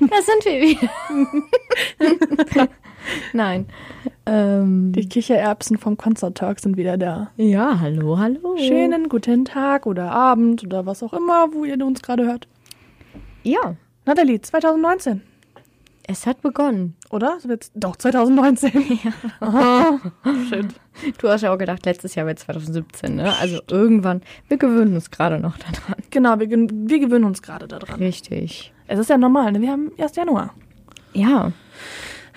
Da sind wir wieder. Nein. Ähm, Die Kichererbsen vom Konzerttag sind wieder da. ja, hallo, hallo. Schönen guten Tag oder Abend oder was auch immer, wo ihr uns gerade hört. Ja, Nathalie, 2019, es hat begonnen. oder? So wird's- Doch, 2019. Ja. Shit. Du hast ja auch gedacht, letztes Jahr wäre 2017, ne? Also irgendwann, wir gewöhnen uns gerade noch daran. Genau, wir, gen- wir gewöhnen uns gerade daran. Richtig. Es ist ja normal, ne? wir haben erst Januar. Ja.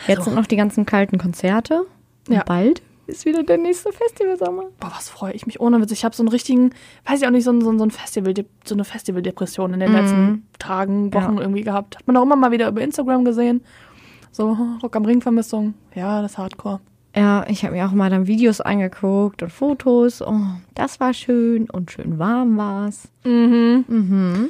Jetzt sind noch die ganzen kalten Konzerte. Und Ja. Bald ist wieder der nächste Festivalsommer. Boah, was freue ich mich ohne Witz. Ich habe so einen richtigen, weiß ich auch nicht, so, einen- so, einen- so, ein Festival, so eine Festivaldepression in den letzten Tagen, Wochen Ja. irgendwie gehabt. Hat man auch immer mal wieder über Instagram gesehen. So, Rock am Ring-Vermissung. Ja, das ist Hardcore. Ja, ich habe mir auch mal dann Videos angeguckt und Fotos. Oh, das war schön und schön warm war's. Mhm.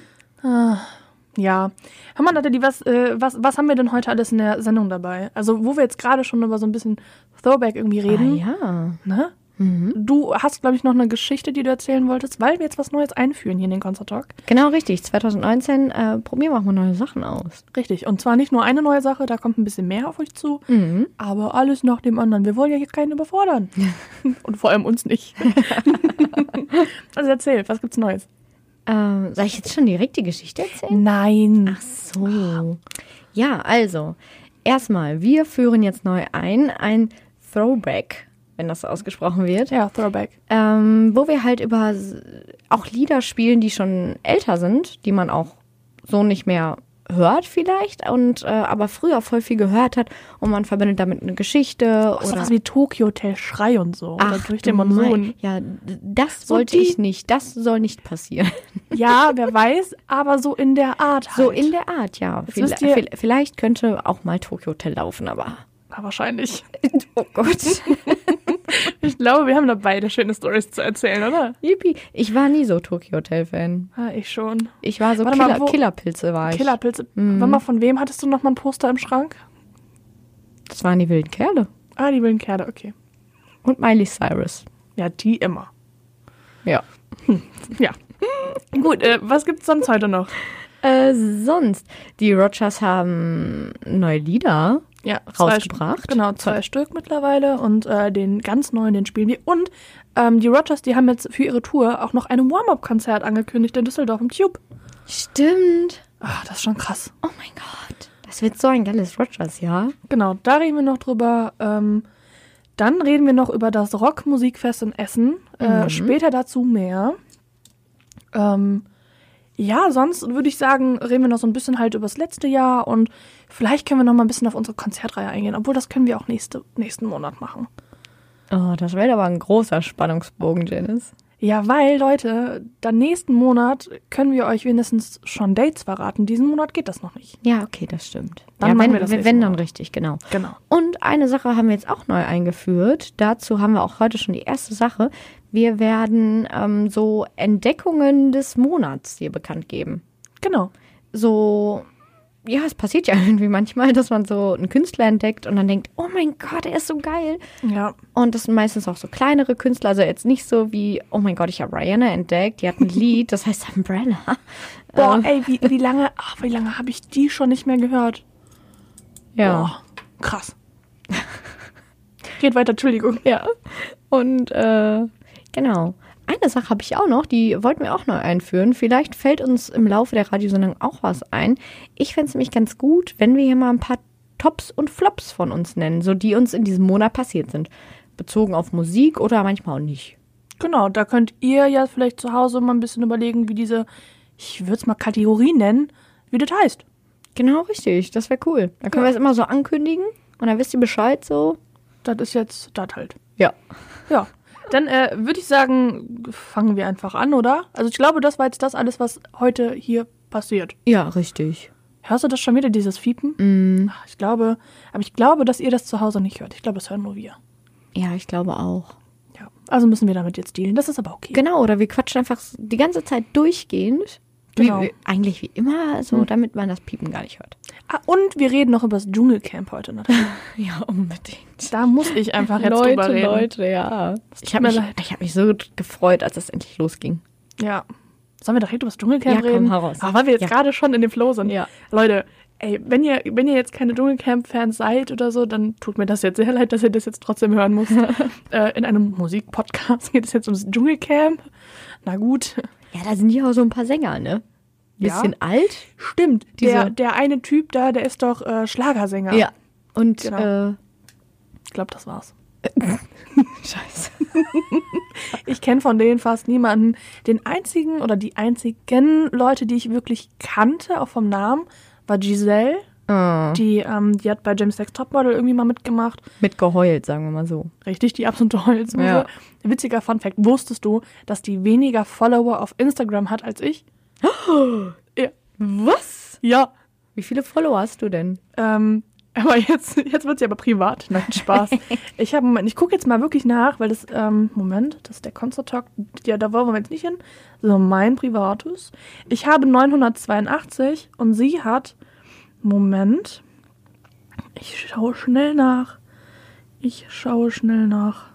Ja. Hör mal, Nathalie, was, äh, was, was haben wir denn heute alles in der Sendung dabei? Also, wo wir jetzt gerade schon über so ein bisschen Throwback irgendwie reden. Ah, ja. ne? Du hast, glaube ich, noch eine Geschichte, die du erzählen wolltest, weil wir jetzt was Neues einführen hier in den Concert Talk. Genau richtig. 2019 äh, probieren wir auch mal neue Sachen aus. Richtig. Und zwar nicht nur eine neue Sache, da kommt ein bisschen mehr auf euch zu, aber alles nach dem anderen. Wir wollen ja hier keinen überfordern. Und vor allem uns nicht. also erzähl, was gibt's Neues? Ähm, soll ich jetzt schon direkt die Geschichte erzählen? Nein. Ach so. Ja, also, erstmal, wir führen jetzt neu ein, ein Throwback, wenn das so ausgesprochen wird, Ja, Throwback. ähm, wo wir halt über s- auch Lieder spielen, die schon älter sind, die man auch so nicht mehr hört vielleicht und äh, aber früher voll viel gehört hat und man verbindet damit eine Geschichte Oder oder was wie Tokyo Hotel Schrei und so. oder durch den du Monsun. mein- ja d- das So wollte die- ich nicht das soll nicht passieren Ja, wer weiß, aber so in der Art halt. So in der Art, ja. Viel, wisst ihr- viel, vielleicht könnte auch mal Tokyo Hotel laufen, aber. Ja, wahrscheinlich. Oh Gott. Ich glaube, wir haben da beide schöne Stories zu erzählen, oder? Yippie. Ich war nie so Tokyo Hotel-Fan. Ja, ich schon. Ich war so Warte mal, Killer, wo- Killerpilze, war ich. Killerpilze. Warte mal, von wem hattest du nochmal ein Poster im Schrank? Das waren die wilden Kerle. Ah, die wilden Kerle, okay. Und Miley Cyrus. Ja, die immer. Ja. Ja. Gut, äh, was gibt's sonst heute noch? Äh, sonst, die Rogers haben neue Lieder. Ja, Rausgebracht. Zwei, genau, zwei Stück mittlerweile und äh, den ganz neuen, den spielen wir. Und ähm, die Rogers, die haben jetzt für ihre Tour auch noch ein Warm-Up-Konzert angekündigt in Düsseldorf im Tube. Stimmt. Ach, Ah, das ist schon krass. Oh mein Gott. Das wird so ein geiles Rogers, ja? Genau, da reden wir noch drüber. Ähm, dann reden wir noch über das Rockmusikfest in Essen. Äh, später dazu mehr. Ähm, ja, sonst würde ich sagen, reden wir noch so ein bisschen halt über das letzte Jahr und vielleicht können wir noch mal ein bisschen auf unsere Konzertreihe eingehen, obwohl das können wir auch nächste, nächsten Monat machen. Oh, das wäre aber ein großer Spannungsbogen, Janice. Ja, weil, Leute, dann nächsten Monat können wir euch wenigstens schon Dates verraten. Diesen Monat geht das noch nicht. Ja, okay, das stimmt. Dann ja, machen wenn, wir das wenn, nächste wenn Mal. dann richtig, genau. Genau. Und eine Sache haben wir jetzt auch neu eingeführt. Dazu haben wir auch heute schon die erste Sache. Wir werden ähm, so Entdeckungen des Monats dir bekannt geben. Genau. So, ja, es passiert ja irgendwie manchmal, dass man so einen Künstler entdeckt und dann denkt, oh mein Gott, er ist so geil. Ja. Und das sind meistens auch so kleinere Künstler, also jetzt nicht so wie, oh mein Gott, ich habe Rihanna entdeckt, die hat ein Lied, das heißt Umbrella. Boah, ey, wie, wie lange, ach, wie lange habe ich die schon nicht mehr gehört? Ja. Boah, krass. Geht weiter, Entschuldigung. Ja. Und äh, genau. Eine Sache habe ich auch noch, die wollten wir auch neu einführen. Vielleicht fällt uns im Laufe der Radiosendung auch was ein. Ich fände es nämlich ganz gut, wenn wir hier mal ein paar Tops und Flops von uns nennen, so die uns in diesem Monat passiert sind. Bezogen auf Musik oder manchmal auch nicht. Genau, da könnt ihr ja vielleicht zu Hause mal ein bisschen überlegen, wie diese, ich würde es mal Kategorie nennen, wie das heißt. Genau, richtig. Das wäre cool. Dann können Ja. wir es immer so ankündigen und dann wisst ihr Bescheid so. Das ist jetzt das halt. Ja. Ja. Dann äh, würde ich sagen, fangen wir einfach an, oder? Also ich glaube, das war jetzt das alles, was heute hier passiert. Ja, richtig. Hörst du das schon wieder, dieses Fiepen? Mm. Ich glaube, aber ich glaube, dass ihr das zu Hause nicht hört. Ich glaube, das hören nur wir. Ja, ich glaube auch. Ja. Also müssen wir damit jetzt dealen. Das ist aber okay. Genau, oder wir quatschen einfach die ganze Zeit durchgehend. Genau. Wie, wie, eigentlich wie immer, so damit man das Piepen gar nicht hört. ah, und wir reden noch über das Dschungelcamp heute, Nathalie. Ja, unbedingt. Da muss ich einfach jetzt drüber reden. ja. Ich habe mir mich, leid. ich hab mich so gefreut, als es endlich losging. Ja. Sollen wir direkt über das Dschungelcamp Ja, komm, reden? hau raus. Ah, weil wir jetzt Ja. gerade schon in dem Flow sind. Ja. Leute, ey, wenn ihr, wenn ihr jetzt keine Dschungelcamp-Fans seid oder so, dann tut mir das jetzt sehr leid, dass ihr das jetzt trotzdem hören müsst. äh, in einem Musikpodcast geht es jetzt ums Dschungelcamp. Na gut. Ja, da sind ja auch so ein paar Sänger, ne? Bisschen Ja. alt. Stimmt, der, Diese- der eine Typ da, der ist doch äh, Schlagersänger. Und, Genau. äh, Ich glaube, das war's. scheiße. Ich kenne von denen fast niemanden. Den einzigen oder die einzigen Leute, die ich wirklich kannte, auch vom Namen, war Giselle. Ah, Die, ähm, die hat bei James Next Topmodel irgendwie mal mitgemacht. mit geheult, sagen wir mal so. Richtig, die absolute Holzmuse. Ja. Witziger Fun Fact, wusstest du, dass die weniger Follower auf Instagram hat als ich? ja. Was? ja. Wie viele Follower hast du denn? Ähm, aber jetzt, jetzt wird sie aber privat. Nein, Spaß. ich habe Moment, ich gucke jetzt mal wirklich nach, weil das, ähm, Moment, das ist der Concert Talk. Ja, da wollen wir jetzt nicht hin. So, mein privates. Ich habe 982 und sie hat, Moment, ich schaue schnell nach. Ich schaue schnell nach.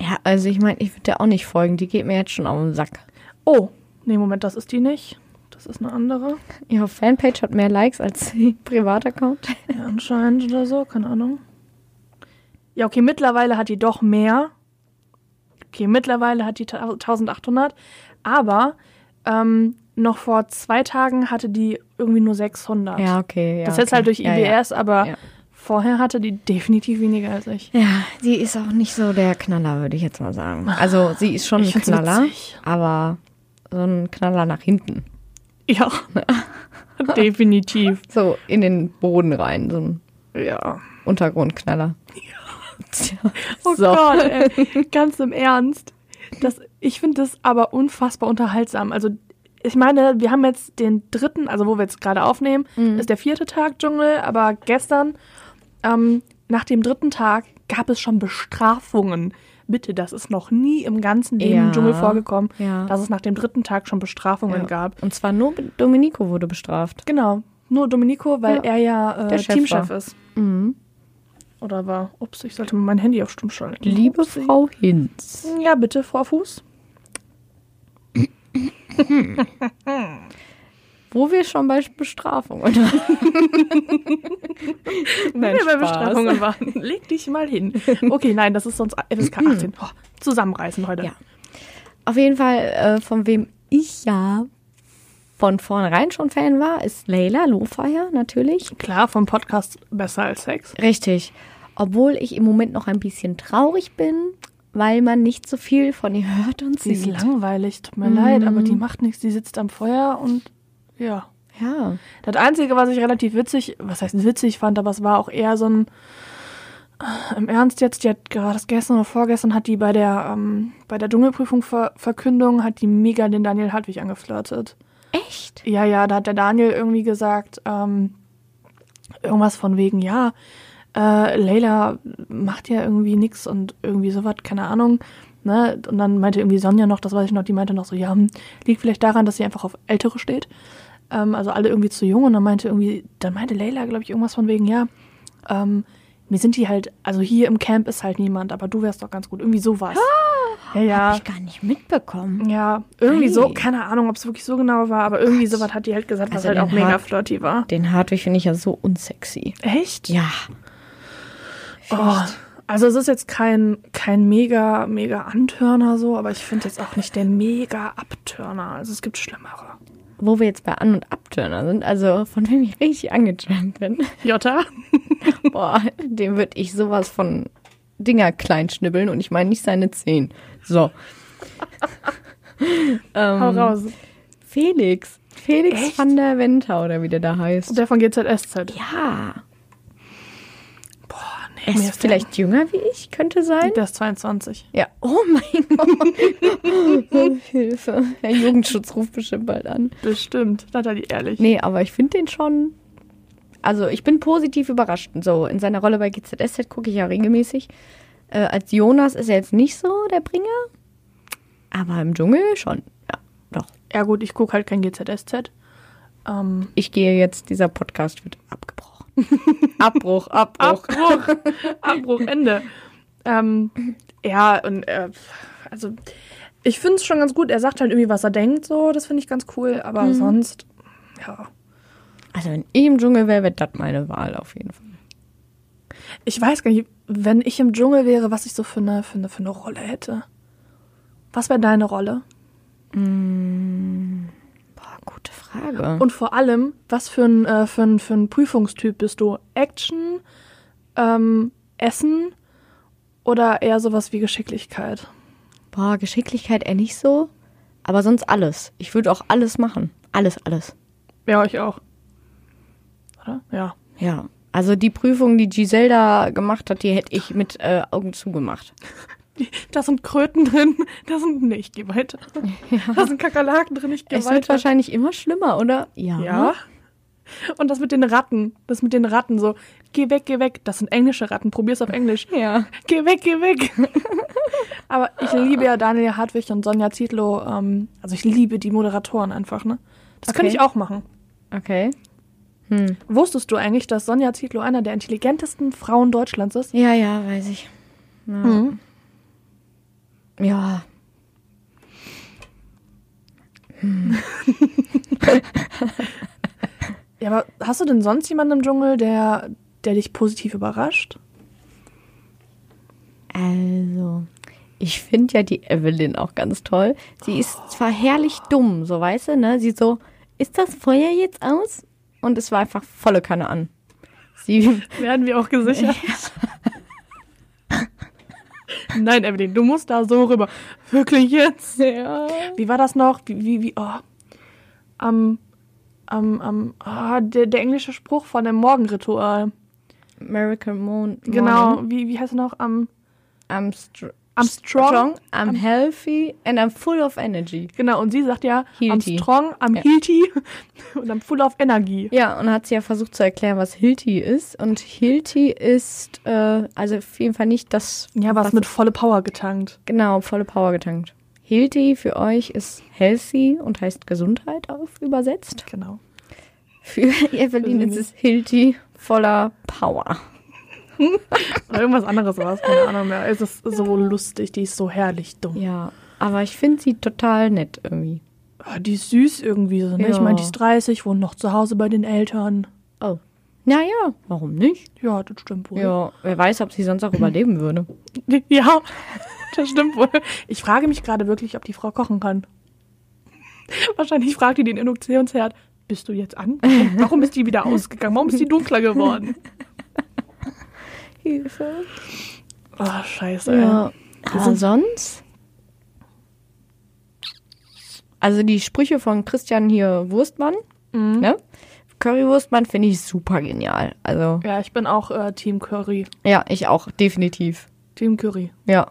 Ja, also ich meine, ich würde der auch nicht folgen. Die geht mir jetzt schon auf den Sack. Oh, nee, Moment, das ist die nicht. Das ist eine andere. Ihre Fanpage hat mehr Likes als ihr Privataccount. Ja, anscheinend oder so, keine Ahnung. Ja, okay, mittlerweile hat die doch mehr. Okay, mittlerweile hat die ta- 1800. Aber ähm, noch vor zwei Tagen hatte die irgendwie nur 600. Ja, okay. Ja, das okay. jetzt halt durch Ja, IBS, aber Ja. vorher hatte die definitiv weniger als ich. Ja. ja, die ist auch nicht so der Knaller, würde ich jetzt mal sagen. Also sie ist schon ein Ah, Ich find's Knaller, witzig. aber so ein Knaller nach hinten. Ja, ne? definitiv. So in den Boden rein, so ein Ja. Untergrundknaller. Tja, Oh so. Gott, ey. ganz im Ernst. Das, ich finde das aber unfassbar unterhaltsam. Also ich meine, wir haben jetzt den dritten, also wo wir jetzt gerade aufnehmen, Mhm. ist der vierte Tag Dschungel, aber gestern, ähm, nach dem dritten Tag, gab es schon Bestrafungen. Bitte, das ist noch nie im ganzen Leben im Ja. Dschungel vorgekommen, Ja. dass es nach dem dritten Tag schon Bestrafungen Ja. gab. Und zwar nur Domenico wurde bestraft. Genau, nur Domenico, weil Ja. er ja äh, Der Chef Teamchef war. Mhm. ist. Oder war, ups, ich sollte mein Handy auf Stumm schalten. Liebe Upsi. Frau Hinz. Ja, bitte, Frau Fuß. Wo wir schon bei Bestrafungen waren. Nein, Wenn wir bei Spaß. Bestrafungen waren. Leg dich mal hin. Okay, nein, das ist sonst FSK 18. Oh, zusammenreißen heute. Ja. Auf jeden Fall, äh, von wem ich ja von vornherein schon Fan war, ist Leila Lofeyer natürlich. Klar, vom Podcast besser als Sex. Richtig. Obwohl ich im Moment noch ein bisschen traurig bin, weil man nicht so viel von ihr hört und Sie Mhm. ist sieht. langweilig, tut mir leid, aber die macht nichts. Die sitzt am Feuer und ja. Ja. Das Einzige, was ich relativ witzig, was heißt witzig fand, aber es war auch eher so ein äh, im Ernst jetzt, die hat gerade gestern oder vorgestern hat die bei der ähm, bei der Dschungelprüfung Ver Verkündung hat die mega den Daniel Hartwig angeflirtet. Echt? Ja, ja, da hat der Daniel irgendwie gesagt, ähm, irgendwas von wegen, ja, äh, Leila macht ja irgendwie nix und irgendwie sowas, keine Ahnung. Ne? Und dann meinte irgendwie Sonja noch, das weiß ich noch, die meinte noch so, ja, hm, liegt vielleicht daran, dass sie einfach auf Ältere steht. Ähm, also alle irgendwie zu jung und dann meinte irgendwie, dann meinte Leila, glaube ich, irgendwas von wegen, ja, ähm, mir sind die halt, also hier im Camp ist halt niemand, aber du wärst doch ganz gut. Irgendwie sowas. Ja, ja. Ah, Hab ich gar nicht mitbekommen. Ja, irgendwie so, Ei. keine Ahnung, ob es wirklich so genau war, aber irgendwie sowas hat die halt gesagt, was Also halt auch den mega Hart- flirty war. Den Hartwig finde ich ja so unsexy. Echt? Ja. Oh. Also es ist jetzt kein, kein mega, mega Antörner so, aber ich finde jetzt auch nicht der mega Abtörner. Also es gibt Schlimmere. Wo wir jetzt bei An- und Abturner sind, also von wem ich richtig angeturnt bin. Jota? Boah, dem würde ich sowas von Dinger klein schnibbeln und ich meine nicht seine Zehen. So. Hau ähm, raus. Felix. Felix Echt? van der Venter oder wie der da heißt. Der von GZSZ. Ja. Boah, nee. Er mir ist vielleicht jünger wie ich, könnte sein. Der, der ist 22. Ja. Oh mein Gott. Hilfe. Der Jugendschutz ruft bestimmt bald an. Bestimmt. Natalie, ehrlich. Nee, aber ich finde den schon. Also ich bin positiv überrascht. So, in seiner Rolle bei GZSZ gucke ich ja regelmäßig. Äh, als Jonas ist er jetzt nicht so der Bringer. Aber im Dschungel schon. Ja, doch. Ja gut, ich gucke halt kein GZSZ. Ähm, Ich gehe jetzt, dieser Podcast wird abgebrochen. Abbruch, Abbruch. Abbruch. Abbruch, Ende. Ähm, ja, und äh, also ich finde es schon Mhm. ganz gut. Er sagt halt irgendwie, was er denkt, so, das finde ich ganz cool, aber sonst, ja. Also wenn ich im Dschungel wäre, wäre das meine Wahl auf jeden Fall. Ich weiß gar nicht, wenn ich im Dschungel wäre, was ich so für eine, für eine, für eine Rolle hätte. Was wäre deine Rolle? Boah, gute Frage. Und vor allem, was für ein, äh, für ein, für ein Prüfungstyp bist du? Action, ähm, Essen oder eher sowas wie Geschicklichkeit? Boah, Geschicklichkeit eher nicht so, aber sonst alles. Ich würde auch alles machen. Alles, alles. Ja, ich auch. Oder? Ja. Ja. Also die Prüfung, die Giselle da gemacht hat, die hätte ich mit äh, Augen zugemacht. Da sind Kröten drin, da sind. Nee, ich geh weiter. Da sind Kakerlaken drin, ich geh es wird weiter. wahrscheinlich immer schlimmer, oder? Ja. Und das mit den Ratten, das mit den Ratten so, geh weg, geh weg, das sind englische Ratten, probier's auf Englisch. Ja. Geh weg, geh weg. Aber ich liebe ja Daniel Hartwig und Sonja Zietlow, ähm, also ich liebe die Moderatoren einfach, ne? Das könnte Okay. ich auch machen. Okay. Wusstest du eigentlich, dass Sonja Zietlow einer der intelligentesten Frauen Deutschlands ist? Ja, ja, weiß ich. Hm. Ja. Mhm. Ja. Ja, aber hast du denn sonst jemanden im Dschungel, der, der dich positiv überrascht? Also, ich finde ja die Evelyn auch ganz toll. Sie ist zwar herrlich dumm, so weißt du, ne? Sie so, ist das Feuer jetzt aus? Und es war einfach volle Kanne an. Sie, Werden wir auch gesichert. Nein, Evelyn, du musst da so rüber. Wirklich jetzt? ja. Wie war das noch? Wie, wie, wie, oh. Am, am, am, ah, der, der englische Spruch von dem Morgenritual. Miracle Moon. Genau, Morning. wie, wie heißt er noch? Am, I'm, str am strong. I'm healthy and I'm full of energy. Genau, und sie sagt ja, am Healthy. strong, am Ja. healthy und am full of energy. Ja, und hat sie ja versucht zu erklären, was Hilti ist. Und Hilti ist, äh, also auf jeden Fall nicht das. Ja, was mit volle Power getankt. Genau, volle Power getankt. Hilti für euch ist healthy und heißt Gesundheit auf übersetzt. Genau. Für Evelyn ist es Hilti voller Power. Oder irgendwas anderes war es, keine Ahnung mehr. Es ist so lustig, die ist so herrlich dumm. Ja, aber ich finde sie total nett irgendwie. Ah, Die ist süß irgendwie so, ne? Ich Ja. meine, die ist 30, wohnt noch zu Hause bei den Eltern. Oh. Naja, warum nicht? Ja, das stimmt wohl. Ja, wer weiß, ob sie sonst auch überleben würde. Ja, das stimmt wohl. Ich frage mich gerade wirklich, ob die Frau kochen kann. Wahrscheinlich fragt die den Induktionsherd, bist du jetzt an? Warum ist die wieder ausgegangen? Warum ist die dunkler geworden? Hilfe. Oh, scheiße. ey. Ja. Wir Aber sind- sonst? Also die Sprüche von Christian hier Wurstmann, Mhm. ne? Currywurstmann finde ich super genial. Also Ja, ich bin auch äh, Team Curry. ja, ich auch, definitiv. Team Curry. Ja,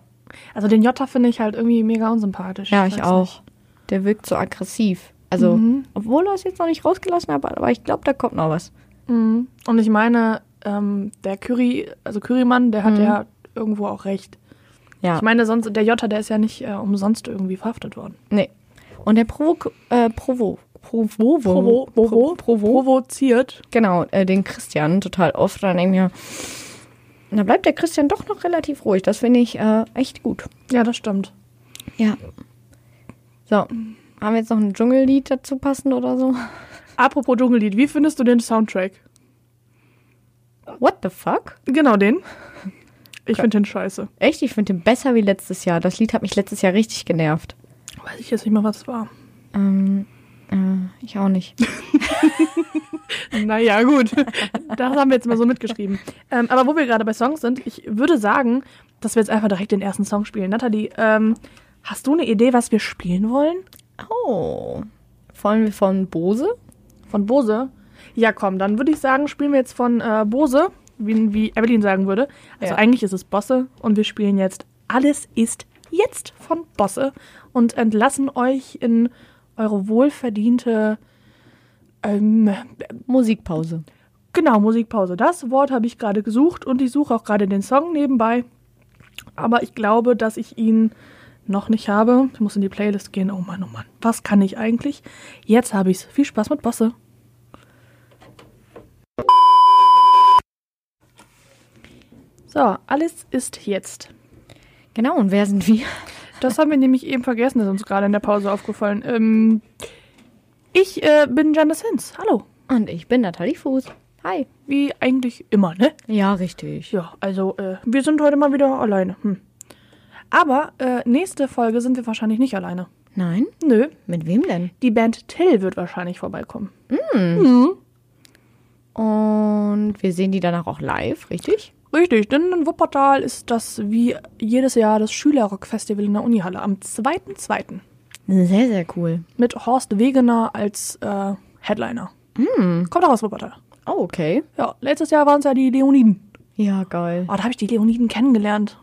Also den Jota finde ich halt irgendwie mega unsympathisch. ja, ich weiß auch. Der wirkt so aggressiv. Also, Mhm. obwohl er es jetzt noch nicht rausgelassen hat, aber ich glaube, da kommt noch was. Mhm. Und ich meine, ähm, der Curry, also Currymann, der hat Mhm. ja irgendwo auch recht. Ja. Ich meine, sonst der Jota, der ist ja nicht äh, umsonst irgendwie verhaftet worden. nee. Und der Provo äh, Provo Provo Provo, Provo, Provo provoziert. genau, äh, den Christian total oft. Dann denke ich mir, da bleibt der Christian doch noch relativ ruhig. Das finde ich äh, echt gut. Ja, das stimmt. Ja. So, haben wir jetzt noch ein Dschungellied dazu passend oder so? Apropos Dschungellied, wie findest du den Soundtrack? What the fuck? Genau den. Ich finde den scheiße. Echt? Ich finde den besser wie letztes Jahr. Das Lied hat mich letztes Jahr richtig genervt. Weiß ich jetzt nicht mal, was es war. Ähm, äh, ich auch nicht. Naja, gut. Das haben wir jetzt mal so mitgeschrieben. Ähm, aber wo wir gerade bei Songs sind, ich würde sagen, dass wir jetzt einfach direkt den ersten Song spielen. Nathalie, ähm, hast du eine Idee, was wir spielen wollen? Oh. Wollen wir von Bose? Von Bose? Ja, komm, dann würde ich sagen, spielen wir jetzt von äh, Bose, wie, wie Evelyn sagen würde. Also Ja. eigentlich ist es Bosse und wir spielen jetzt Alles ist jetzt von Bosse und entlassen euch in eure wohlverdiente ähm, Musikpause. Genau, Musikpause. Das Wort habe ich gerade gesucht und ich suche auch gerade den Song nebenbei. Aber ich glaube, dass ich ihn noch nicht habe. Ich muss in die Playlist gehen. Oh Mann, oh Mann. Was kann ich eigentlich? Jetzt habe ich's. Viel Spaß mit Bosse. So, alles ist jetzt. Genau, und wer sind wir? Das haben wir nämlich eben vergessen, das ist uns gerade in der Pause aufgefallen. Ähm, ich äh, bin Janice Hinz. Hallo. Und ich bin Nathalie Fuß. Hi. Wie eigentlich immer, ne? Ja, richtig. Ja, also äh, wir sind heute mal wieder alleine. Hm. Aber äh, nächste Folge sind wir wahrscheinlich nicht alleine. Nein? Nö, Mit wem denn? die Band Till wird wahrscheinlich vorbeikommen. Und wir sehen die danach auch live, richtig? Richtig, denn in Wuppertal ist das wie jedes Jahr das Schülerrock-Festival in der Unihalle am 2.2. Sehr, sehr cool. mit Horst Wegener als äh, Headliner. Kommt auch aus Wuppertal. Oh, okay. Ja, letztes Jahr waren es ja die Leoniden. Ja, geil. Oh, da habe ich die Leoniden kennengelernt.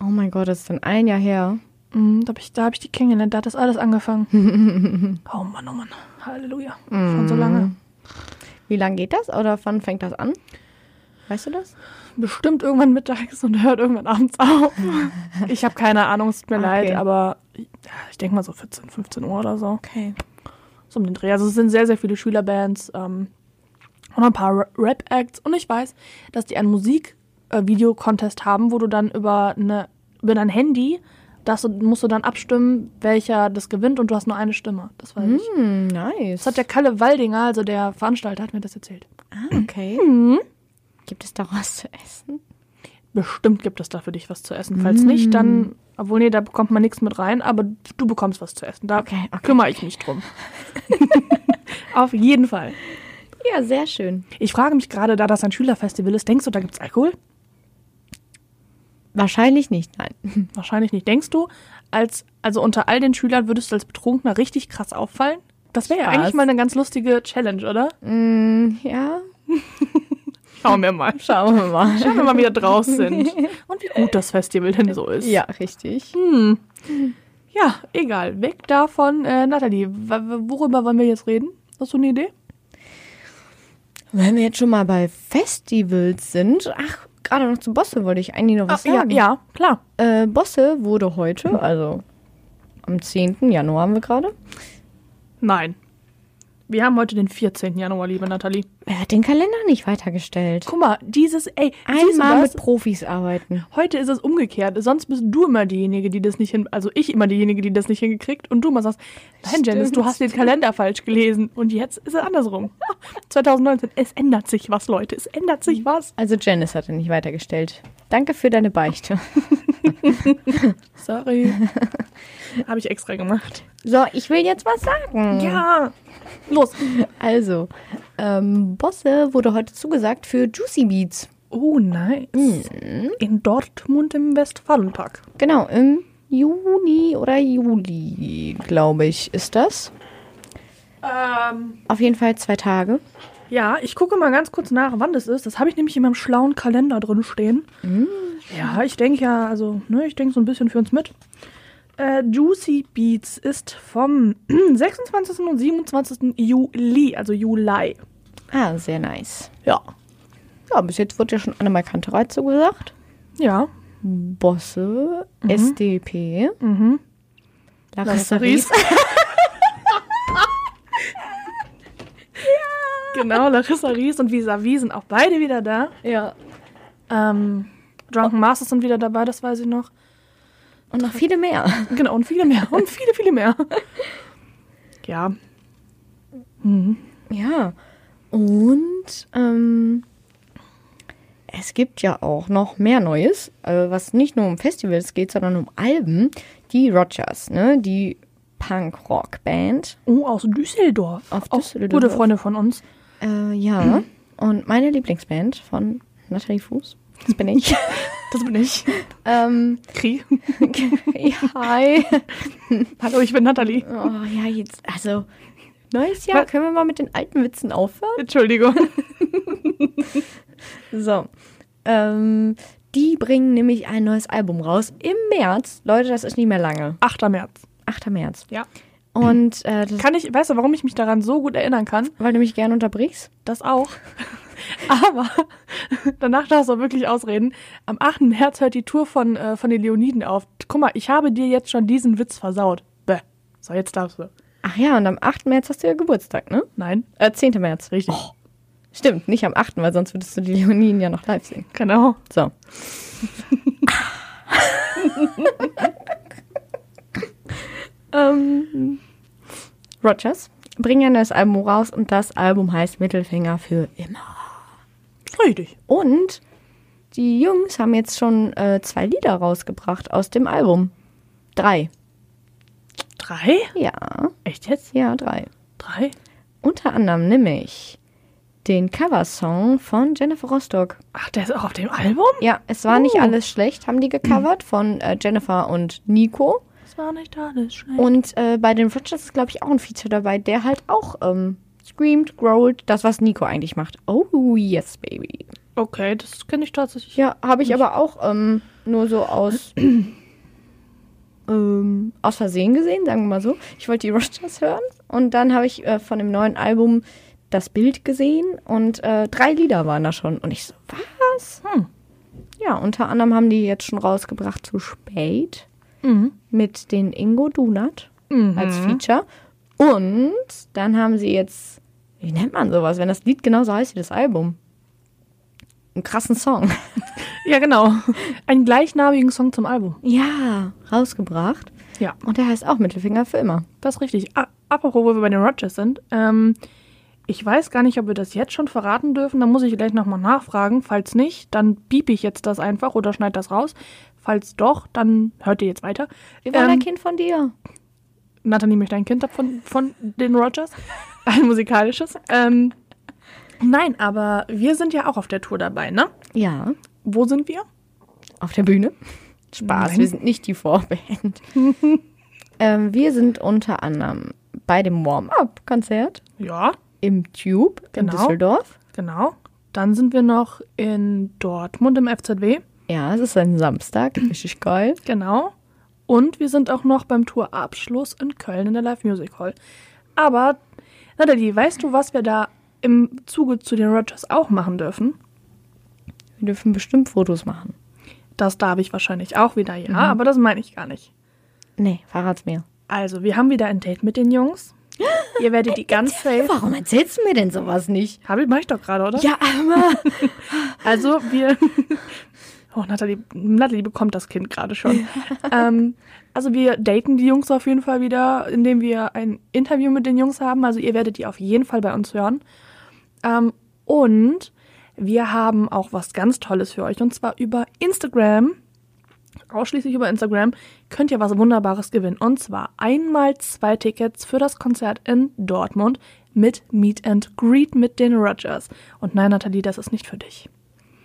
Oh mein Gott, das ist dann ein Jahr her. Mhm, da habe ich, da hab ich die kennengelernt, da hat das alles angefangen. oh Mann, oh Mann. Halleluja. Schon so lange. Wie lange geht das oder wann fängt das an? Weißt du das? Bestimmt irgendwann mittags und hört irgendwann abends auf. ich habe keine Ahnung, es tut mir Okay. leid, aber ich, ich denke mal so 14, 15 Uhr oder so. Okay. So um den Dreh. Also es sind sehr, sehr viele Schülerbands ähm, und ein paar Ra- Rap-Acts. Und ich weiß, dass die einen Musik-Video-Contest haben, wo du dann über, eine, über dein Handy, das musst du dann abstimmen, welcher das gewinnt und du hast nur eine Stimme. Das weiß ich. Hm, nice. Das hat der Kalle Waldinger, also der Veranstalter, hat mir das erzählt. ah, okay. Gibt es da was zu essen? Bestimmt gibt es da für dich was zu essen. Falls nicht, Mm. dann, obwohl nee, da bekommt man nichts mit rein, aber du bekommst was zu essen. Da Okay, okay. kümmere ich mich drum. Auf jeden Fall. Ja, sehr schön. Ich frage mich gerade, da das ein Schülerfestival ist, denkst du, da gibt's Alkohol? Wahrscheinlich nicht, nein. Wahrscheinlich nicht. Denkst du, als, also unter all den Schülern würdest du als Betrunkener richtig krass auffallen? Das wäre ja Spaß. eigentlich mal eine ganz lustige Challenge, oder? Hm, Ja, Schauen wir mal. schauen wir mal. Schauen wir mal, wie wir draußen sind. Und wie gut das Festival denn so ist. Ja, richtig. Ja, egal. Weg davon. Äh, Nathalie, w- w- worüber wollen wir jetzt reden? Hast du eine Idee? Wenn wir jetzt schon mal bei Festivals sind, ach, gerade noch zu Bosse wollte ich eigentlich noch was Äh, ja, sagen. ja, klar. Hm. Äh, Bosse wurde heute, also am 10. Januar haben wir gerade. Nein. Wir haben heute den 14. Januar, liebe Nathalie. Er hat den Kalender nicht weitergestellt. Guck mal, dieses, ey, siehst du Einmal das? mit Profis arbeiten. Heute ist es umgekehrt. Sonst bist du immer diejenige, die das nicht hin, also ich immer diejenige, die das nicht hingekriegt und du mal sagst, nein, Janice, du hast den Kalender falsch gelesen und jetzt ist es andersrum. 2019, es ändert sich was, Leute, es ändert sich was. Also Janice hat er nicht weitergestellt. Danke für deine Beichte. Sorry, habe ich extra gemacht. So, ich will jetzt was sagen. Ja, los. Also, ähm, Bosse wurde heute zugesagt für Juicy Beats. Oh nice. In Dortmund im Westfalenpark. Genau, im Juni oder Juli, glaube ich, ist das. Ähm, Auf jeden Fall zwei Tage. ja, ich gucke mal ganz kurz nach, wann das ist. Das habe ich nämlich in meinem schlauen Kalender drin stehen. Ja, ich denke ja, also, ne, ich denke so ein bisschen für uns mit. Äh, Juicy Beats ist vom 26. und 27. Juli, also Juli. Ah, sehr nice. Ja. Ja, bis jetzt wurde ja schon Annemal Kanterei zugesagt. Ja. Bosse, SDP, Mhm. Mhm. Larissa Larissa Ries. Genau, Larissa Ries und Vis-a-Vis sind auch beide wieder da. Ja. Ähm, Drunken Oh. Masters sind wieder dabei, das weiß ich noch. Und noch viele mehr. Genau, und viele mehr. Und viele, viele mehr. Ja. Mhm. Ja. Und ähm, es gibt ja auch noch mehr Neues, äh, was nicht nur um Festivals geht, sondern um Alben. Die Rogers, ne? Die Punk-Rock-Band. Oh, aus Düsseldorf. Aus Auch Düsseldorf. Gute Freunde von uns. Äh, ja. Und meine Lieblingsband von Nathalie Fuß. Das bin ich. Das bin ich. ähm, Kri. ja, hi. Hallo, ich bin Nathalie. Oh ja, jetzt, also neues Jahr, können wir mal mit den alten Witzen aufhören? Entschuldigung. So, ähm, die bringen nämlich ein neues Album raus im März. Leute, das ist nicht mehr lange. 8. März. 8. März. Ja. Und äh, das, Kann ich, weißt du, warum ich mich daran so gut erinnern kann? weil du mich gerne unterbrichst. Das auch. Aber danach darfst du auch wirklich ausreden. Am 8. März hört die Tour von, äh, von den Leoniden auf. Guck mal, ich habe dir jetzt schon diesen Witz versaut. Bäh. So, jetzt darfst du. Ach ja, und am 8. März hast du ja Geburtstag, ne? Nein, Äh, 10. März. richtig. Stimmt, nicht am 8., weil sonst würdest du die Leoninen ja noch live sehen. Genau. So. ähm, Rogers bringen ja ein neues Album raus und das Album heißt Mittelfinger für immer. Richtig. Und die Jungs haben jetzt schon äh, zwei Lieder rausgebracht aus dem Album. Drei. Drei? Ja, Echt jetzt? ja, drei. Drei? Unter anderem nämlich den Coversong von Jennifer Rostock. Ach, der ist auch auf dem Album? Ja, es war nicht Oh. alles schlecht, haben die gecovert von äh, Jennifer und Nico. Das war nicht alles schlecht. Und äh, bei den Rogers ist, glaube ich, auch ein Feature dabei, der halt auch ähm, screamt, growlt, das, was Nico eigentlich macht. Oh, yes, baby. okay, das kenne ich tatsächlich. Ja, habe ich aber auch ähm, nur so aus, ähm, aus Versehen gesehen, sagen wir mal so. Ich wollte die Rogers hören und dann habe ich äh, von dem neuen Album das Bild gesehen und äh, drei Lieder waren da schon. Und ich so, was? Hm. Ja, unter anderem haben die jetzt schon rausgebracht zu spät Mhm. mit den Ingo Dunat Mhm. als Feature. Und dann haben sie jetzt, wie nennt man sowas, wenn das Lied genauso heißt wie das Album? Einen krassen Song. Ja, genau. Einen gleichnamigen Song zum Album. Ja, rausgebracht. Ja. Und der heißt auch Mittelfinger für immer. Das ist richtig. A apropos, wo wir bei den Rogers sind. Ähm, ich weiß gar nicht, ob wir das jetzt schon verraten dürfen. Da muss ich gleich nochmal nachfragen. Falls nicht, dann bieb ich jetzt das einfach oder schneid das raus. Falls doch, dann hört ihr jetzt weiter. Wir wollen Ähm, ein Kind von dir. Nathalie möchte ein Kind ab von, von den Rogers. Ein musikalisches. Ähm, nein, aber wir sind ja auch auf der Tour dabei, ne? Ja, Wo sind wir? auf der Bühne. Spaß, Nein. wir sind nicht die Vorband. ähm, wir sind unter anderem bei dem Warm-Up-Konzert Ja, im Tube in Genau. Düsseldorf. genau. Dann sind wir noch in Dortmund im FZW. Ja, es ist ein Samstag, richtig geil. Genau. Und wir sind auch noch beim Tourabschluss in Köln in der Live Music Hall. Aber, Nathalie, weißt du, was wir da im Zuge zu den Rogers auch machen dürfen? Wir dürfen bestimmt Fotos machen. Das darf ich wahrscheinlich auch wieder, ja, aber das meine ich gar nicht. Nee, verrat's mir. Also, wir haben wieder ein Date mit den Jungs. Ihr werdet die ganz safe. Warum erzählst du mir denn sowas nicht? Habe mach ich doch gerade, oder? Ja, aber. Also wir. Oh, Nathalie, Nathalie bekommt das Kind gerade schon. ähm, also wir daten die Jungs auf jeden Fall wieder, indem wir ein Interview mit den Jungs haben. Also ihr werdet die auf jeden Fall bei uns hören. Ähm, und wir haben auch was ganz Tolles für euch. Und zwar über Instagram. Ausschließlich über Instagram könnt ihr was Wunderbares gewinnen. Und zwar einmal zwei Tickets für das Konzert in Dortmund mit Meet and Greet mit den Rogers. Und nein, Nathalie, das ist nicht für dich.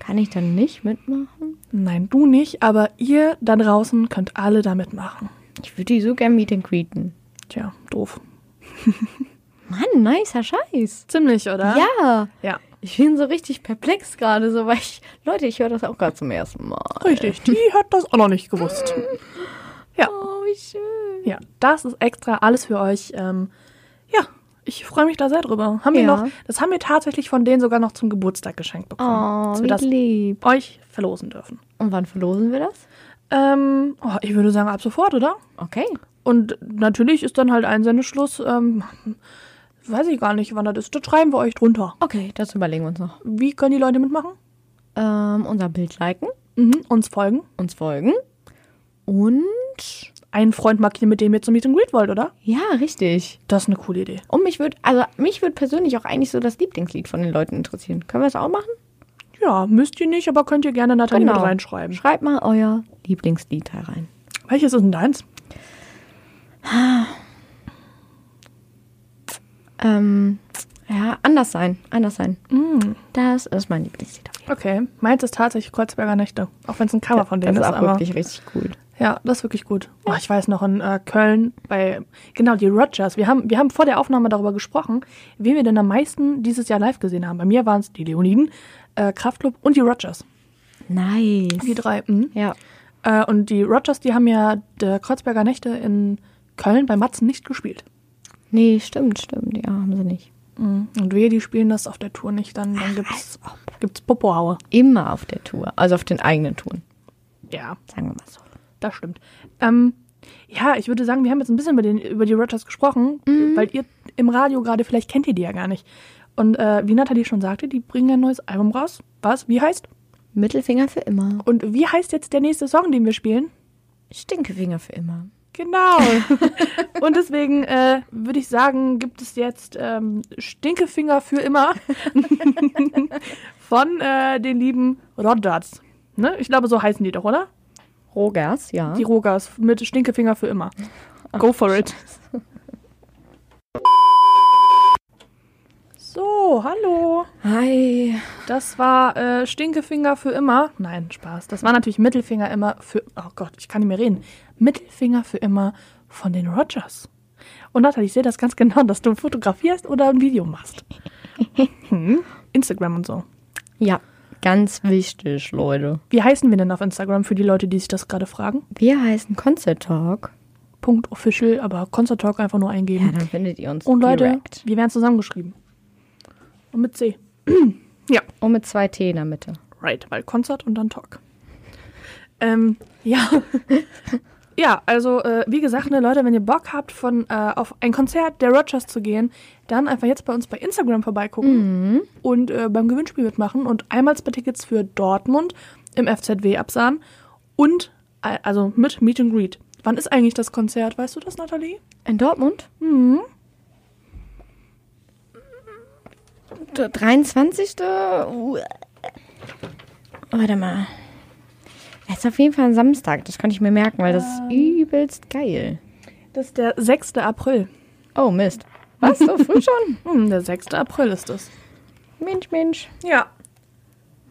Kann ich dann nicht mitmachen? Nein, du nicht, aber ihr da draußen könnt alle da mitmachen. Ich würde die so gern meet and greeten. Tja, doof. Mann, nicer Scheiß. Ziemlich, oder? Ja. Ja, Ich bin so richtig perplex gerade, so weil ich. Leute, ich höre das auch gerade zum ersten Mal. richtig. Die hat das auch noch nicht gewusst. Ja, Oh, wie schön. ja, das ist extra alles für euch. Ähm, ja, ich freue mich da sehr drüber. Haben wir Ja. noch, das haben wir tatsächlich von denen sogar noch zum Geburtstag geschenkt bekommen. Oh, dass wir das wie lieb. euch verlosen dürfen. Und wann verlosen wir das? Ähm, oh, ich würde sagen, ab sofort, oder? Okay. Und natürlich ist dann halt Einsendeschluss. Ähm, weiß ich gar nicht, wann das ist. Das schreiben wir euch drunter. Okay, das überlegen wir uns noch. Wie können die Leute mitmachen? Ähm, unser Bild liken, Mhm, uns folgen. uns folgen und. Einen Freund markieren, mit dem ihr zum Meet and Greet wollt, oder? Ja, richtig. Das ist eine coole Idee. Und mich würde, also mich würde persönlich auch eigentlich so das Lieblingslied von den Leuten interessieren. Können wir das auch machen? Ja, müsst ihr nicht, aber könnt ihr gerne Nathalie Genau. mit reinschreiben. Schreibt mal euer Lieblingslied da rein. Welches ist denn deins? Ähm, ja, anders sein, anders sein. Mm. Das ist mein Lieblingslied. auf jeden Okay, meins ist tatsächlich Kreuzberger Nächte. Auch wenn es ein Cover Fall. von denen das ist. ist auch aber wirklich richtig cool. ja, das ist wirklich gut. Oh, ich weiß noch, in äh, Köln bei, genau, die Rogers. Wir haben, wir haben vor der Aufnahme darüber gesprochen, wen wir denn am meisten dieses Jahr live gesehen haben. Bei mir waren es die Leoniden, äh, Kraftklub und die Rogers. Die Nice. drei. Mhm. Ja. Äh, und die Rogers, die haben ja der Kreuzberger Nächte in Köln bei Matzen nicht gespielt. Nee, stimmt, stimmt. Ja, haben sie nicht. Mhm. Und wehe, die spielen das auf der Tour nicht, dann, dann gibt's, gibt's Popohaue. Immer auf der Tour. Also auf den eigenen Touren, Ja, sagen wir mal so. das stimmt. Ähm, ja, ich würde sagen, wir haben jetzt ein bisschen über, den, über die Rogers gesprochen, weil ihr im Radio gerade, vielleicht kennt ihr die ja gar nicht. Und äh, wie Nathalie schon sagte, die bringen ein neues Album raus. Was? Wie heißt? Mittelfinger für immer. Und wie heißt jetzt der nächste Song, den wir spielen? Stinkefinger für immer. Genau. Und deswegen äh, würde ich sagen, gibt es jetzt ähm, Stinkefinger für immer von äh, den lieben Roddards. Ne? Ich glaube, so heißen die doch, oder? Rogers, ja. Die Rogas mit Stinkefinger für immer. Go for it. So, hallo. Hi. Das war äh, Stinkefinger für immer. Nein, Spaß. Das war natürlich Mittelfinger immer für. Oh Gott, ich kann nicht mehr reden. Mittelfinger für immer von den Rogers. Und Natalie, ich sehe das ganz genau, dass du fotografierst oder ein Video machst. Hm? Instagram und so. Ja, ganz wichtig, Leute. Wie heißen wir denn auf Instagram für die Leute, die sich das gerade fragen? Wir heißen Concert Talk. Punkt official, aber Concert Talk einfach nur Ja, eingeben. dann findet ihr uns und Leute, direkt. wir werden zusammengeschrieben. Und mit C. ja. Und mit zwei T in der Mitte. Right, weil Konzert und dann Talk. Ähm, ja. ja, also äh, wie gesagt, ne, Leute, wenn ihr Bock habt, von, äh, auf ein Konzert der Rogers zu gehen, dann einfach jetzt bei uns bei Instagram vorbeigucken und äh, beim Gewinnspiel mitmachen und einmal zwei Tickets für Dortmund im FZW absahen und äh, also mit Meet and Greet. Wann ist eigentlich das Konzert? Weißt du das, Nathalie? In Dortmund? Mhm. D- 23. Uh. Warte mal. Es ist auf jeden Fall ein Samstag. Das konnte ich mir merken, weil das ist übelst geil. Das ist der 6. April. Oh, Mist. Was? So früh schon? Hm, der 6. April ist es. Mensch, Mensch. Ja.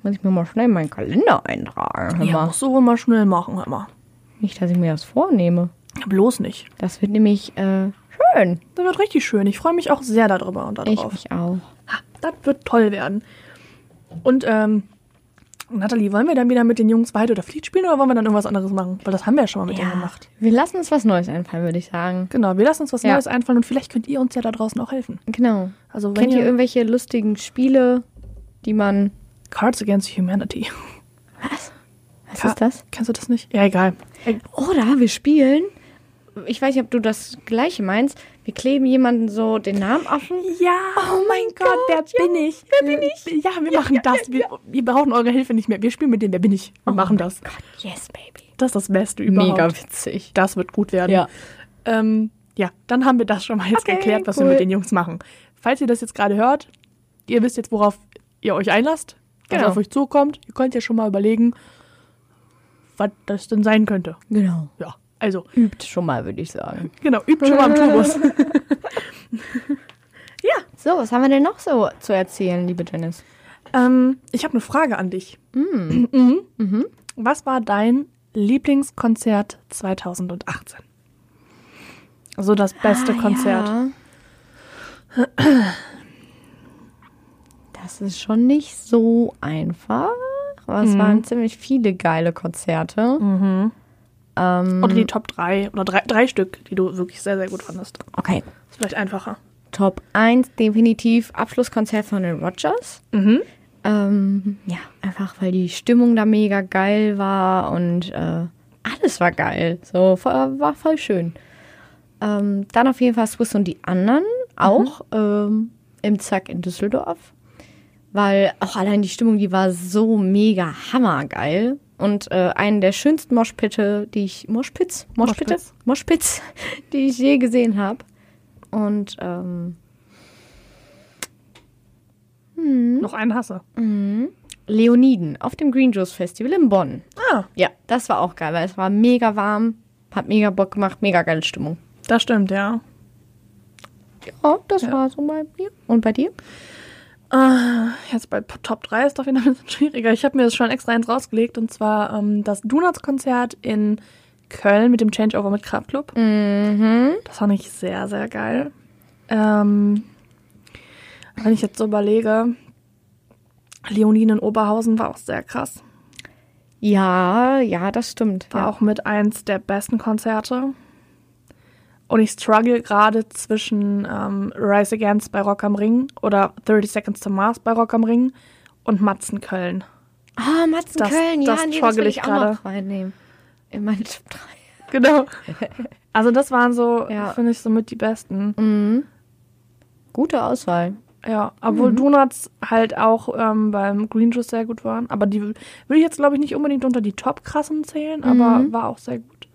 Muss ich mir mal schnell in meinen Kalender eintragen. Hör Ja, mal. musst du wohl mal schnell machen, immer. Nicht, dass ich mir das vornehme. Bloß nicht. Das wird nämlich äh, schön. Das wird richtig schön. Ich freue mich auch sehr darüber und Ich darauf. mich auch. Ah, das wird toll werden. Und ähm, Nathalie, wollen wir dann wieder mit den Jungs Weit oder Fleet spielen oder wollen wir dann irgendwas anderes machen? Weil das haben wir ja schon mal mit denen gemacht. Wir lassen uns was Neues einfallen, würde ich sagen. Genau, wir lassen uns was Ja. Neues einfallen und vielleicht könnt ihr uns ja da draußen auch helfen. Genau. Also wenn Kennt ihr ihr irgendwelche lustigen Spiele, die man. Cards Against Humanity. Was? Was Ka- ist das? Kennst du das nicht? Ja, egal. Ey, Oder wir spielen. Ich weiß nicht, ob du das gleiche meinst. Wir kleben jemanden so den Namen auf. Ja, oh mein Gott, wer bin ich? Wer bin ich? Ja, Oh wir machen das. Wir, wir brauchen eure Hilfe nicht mehr. Wir spielen mit dem, wer bin ich? Wir machen das. Yes, baby. Das ist das Beste überhaupt. Mega witzig. Das wird gut werden. Ja. Ähm, ja, dann haben wir das schon mal jetzt Okay, geklärt, was cool. wir mit den Jungs machen. Falls ihr das jetzt gerade hört, ihr wisst jetzt, worauf ihr euch einlasst, was Genau. auf euch zukommt. Ihr könnt ja schon mal überlegen, was das denn sein könnte. Genau. Ja, also, Übt schon mal, würde ich sagen. genau, übt schon mal im Tourbus. So, was haben wir denn noch so zu erzählen, liebe Janice? ähm, ich habe eine Frage an dich. Mhm. Was war dein Lieblingskonzert 2018? So das Ah, beste Konzert. Ja. Das ist schon nicht so einfach. Aber es waren ziemlich viele geile Konzerte. Ähm, Oder die Top 3 oder drei, drei Stück, die du wirklich sehr, sehr gut fandest. okay. Ist vielleicht einfacher. Top 1 definitiv Abschlusskonzert von den Rogers. Mhm. Ähm, ja, einfach weil die Stimmung da mega geil war und äh, alles war geil. So voll, war voll schön. Ähm, dann auf jeden Fall Swiss und die anderen auch ähm, im Zack in Düsseldorf. Weil auch allein die Stimmung, die war so mega hammergeil. Und äh, einen der schönsten Moschpitte, die ich. Moschpitz? Moschpitte? Moshpits. Moschpitz, die ich je gesehen habe. Und ähm, Noch einen hasse. Leoniden auf dem Green Juice Festival in Bonn. Ah, Ja, das war auch geil, weil es war mega warm, hat mega Bock gemacht, mega geile Stimmung. das stimmt, ja. Ja, das war so bei mir. Und bei dir? Jetzt bei P- Top 3 ist doch wieder ein bisschen schwieriger. Ich habe mir das schon extra eins rausgelegt und zwar ähm, das Donuts-Konzert in Köln mit dem Changeover mit Kraft Club. Das fand ich sehr, sehr geil. Ähm, wenn ich jetzt so überlege, Leonine in Oberhausen war auch sehr krass. Ja, ja, das stimmt. War ja. auch mit eins der besten Konzerte. Und ich struggle gerade zwischen ähm, Rise Against bei Rock am Ring oder 30 Seconds to Mars bei Rock am Ring und Matzen Köln. Ah, Matzen Das- Köln, ja, das nee, das will struggle ich ich auch gerade. noch reinnehmen. In meine Top 3. Genau. Also das waren so, Ja. Mhm. finde ich, so mit die besten. Gute Auswahl. Ja, obwohl Mhm. Donuts halt auch ähm, beim Green Juice sehr gut waren. Aber Mhm. die will ich jetzt, glaube ich, nicht unbedingt unter die Top-Krassen zählen, aber war auch sehr gut.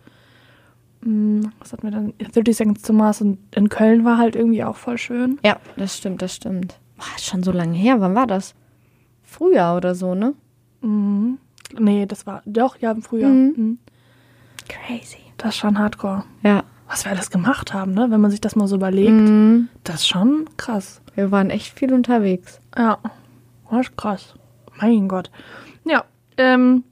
mh, Mhm, was hatten wir dann? 30 Seconds to Mars und in Köln war halt irgendwie auch voll schön. Ja, das stimmt, das stimmt. Boah, ist schon so lange her. Wann war das? Früher oder so, ne? Mhm. Nee, das war doch, ja, im Frühjahr. Mhm. Mhm. Crazy. Das ist schon hardcore. Ja. Was wir alles gemacht haben, ne? Wenn man sich das mal so überlegt. Mhm. Das ist schon krass. Wir waren echt viel unterwegs. Ja. Das ist krass. Mein Gott. Ja, ähm,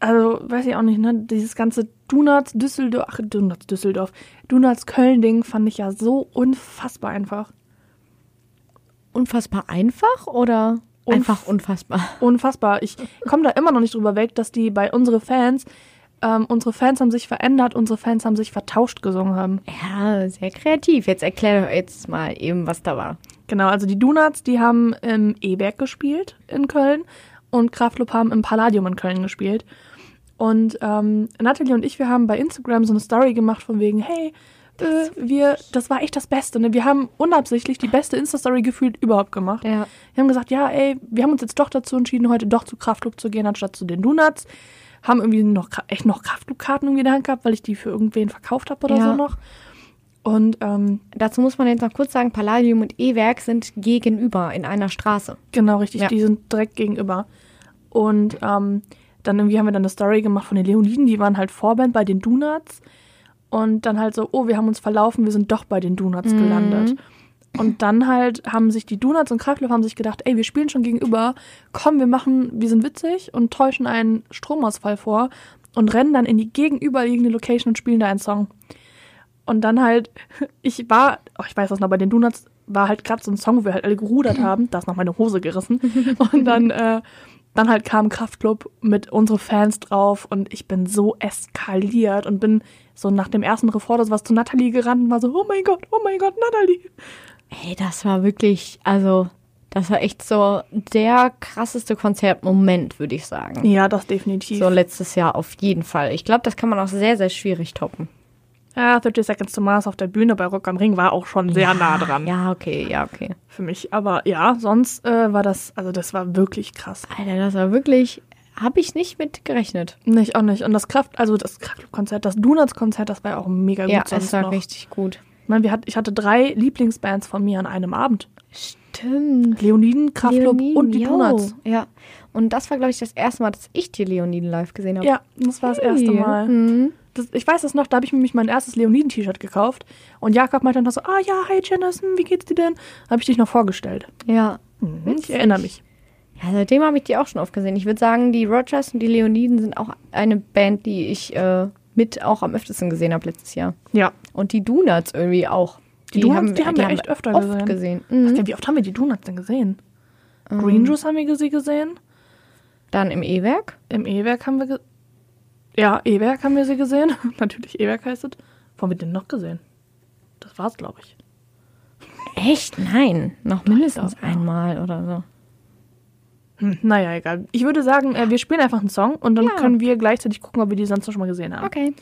also weiß ich auch nicht, ne? Dieses ganze Donuts Düsseldorf, ach, Donuts Düsseldorf, Donuts Köln-Ding fand ich ja so unfassbar einfach. Unfassbar einfach oder? Unf- einfach unfassbar. Unfassbar. Ich komme da immer noch nicht drüber weg, dass die bei unsere Fans, ähm, unsere Fans haben sich verändert, unsere Fans haben sich vertauscht gesungen haben. Ja, sehr kreativ. Jetzt erklär doch jetzt mal eben, was da war. Genau, also die Donuts, die haben im E-Werk gespielt in Köln und Kraftklub haben im Palladium in Köln gespielt. Und ähm, Natalie und ich, wir haben bei Instagram so eine Story gemacht von wegen, hey, äh, wir, das war echt das Beste. Ne? Wir haben unabsichtlich die beste Insta-Story gefühlt überhaupt gemacht. Ja. Wir haben gesagt, ja, ey, wir haben uns jetzt doch dazu entschieden, heute doch zu Kraftclub zu gehen, anstatt zu den Donuts. Haben irgendwie noch Kra- echt noch Kraftclub-Karten irgendwie in der Hand gehabt, weil ich die für irgendwen verkauft habe oder Ja. so noch. Und ähm, Dazu muss man jetzt noch kurz sagen, Palladium und E-Werk sind gegenüber in einer Straße. Genau, richtig. Ja. Die sind direkt gegenüber. Und ähm, dann irgendwie haben wir dann eine Story gemacht von den Leoniden, die waren halt Vorband bei den Donuts. Und dann halt so, oh, wir haben uns verlaufen, wir sind doch bei den Donuts gelandet. Und dann halt haben sich die Donuts und Kraftklub haben sich gedacht, ey, wir spielen schon gegenüber, komm, wir machen, wir sind witzig und täuschen einen Stromausfall vor und rennen dann in die gegenüberliegende Location und spielen da einen Song. Und dann halt, ich war, oh, ich weiß das noch, bei den Donuts war halt gerade so ein Song, wo wir halt alle gerudert haben. Da ist noch meine Hose gerissen. Und dann, äh, dann halt kam Kraftclub mit unsere Fans drauf und ich bin so eskaliert und bin so nach dem ersten Refort oder was zu Natalie gerannt und war so, oh mein Gott, oh mein Gott, Natalie. Ey, das war wirklich, also, das war echt so der krasseste Konzertmoment, würde ich sagen. Ja, das definitiv. So letztes Jahr auf jeden Fall. Ich glaube, das kann man auch sehr, sehr schwierig toppen. Ja, 30 Seconds to Mars auf der Bühne bei Rock am Ring war auch schon sehr nah dran Ja, okay, ja, okay. für mich. Aber ja, sonst äh, war das, also das war wirklich krass. Alter, das war wirklich, habe ich nicht mit gerechnet. Nee, ich auch nicht. Und das Kraft, also das Kraftclub-Konzert, das Donuts-Konzert, das war ja auch mega gut Ja, sonst es war noch. richtig gut. Ich meine, wir hat, ich hatte drei Lieblingsbands von mir an einem Abend. Stimmt. Leoniden, Kraftclub Leoniden, und die yo. Donuts. Ja, und das war, glaube ich, das erste Mal, dass ich die Leoniden live gesehen habe. Ja, das war das erste Hey. Mal. Mhm. Das, ich weiß das noch, da habe ich nämlich mein erstes Leoniden-T-Shirt gekauft. Und Jakob meinte dann noch so, ah ja, hi Janice, hm, wie geht's dir denn? Habe ich dich noch vorgestellt. Ja. Mhm, ich Witzig. erinnere mich. Ja, seitdem habe ich die auch schon oft gesehen. Ich würde sagen, die Rogers und die Leoniden sind auch eine Band, die ich äh, mit auch am öftesten gesehen habe letztes Jahr. Ja. Und die Donuts irgendwie auch. Die Donuts, die haben wir echt öfter oft gesehen. gesehen. Was Mhm. Ähm. denn, wie oft haben wir die Donuts denn gesehen? Green Juice haben wir sie gesehen. Dann im E-Werk. Im E-Werk haben wir ge Ja, E-Werk haben wir sie gesehen. Natürlich E-Werk heißt es. Wo haben wir den noch gesehen? Das war's, glaube ich. Echt? Nein. Noch mindestens glaub, ja. einmal oder so. Hm, naja, egal. Ich würde sagen, äh, wir spielen einfach einen Song und dann Ja. können wir gleichzeitig gucken, ob wir die sonst noch schon mal gesehen haben. Okay.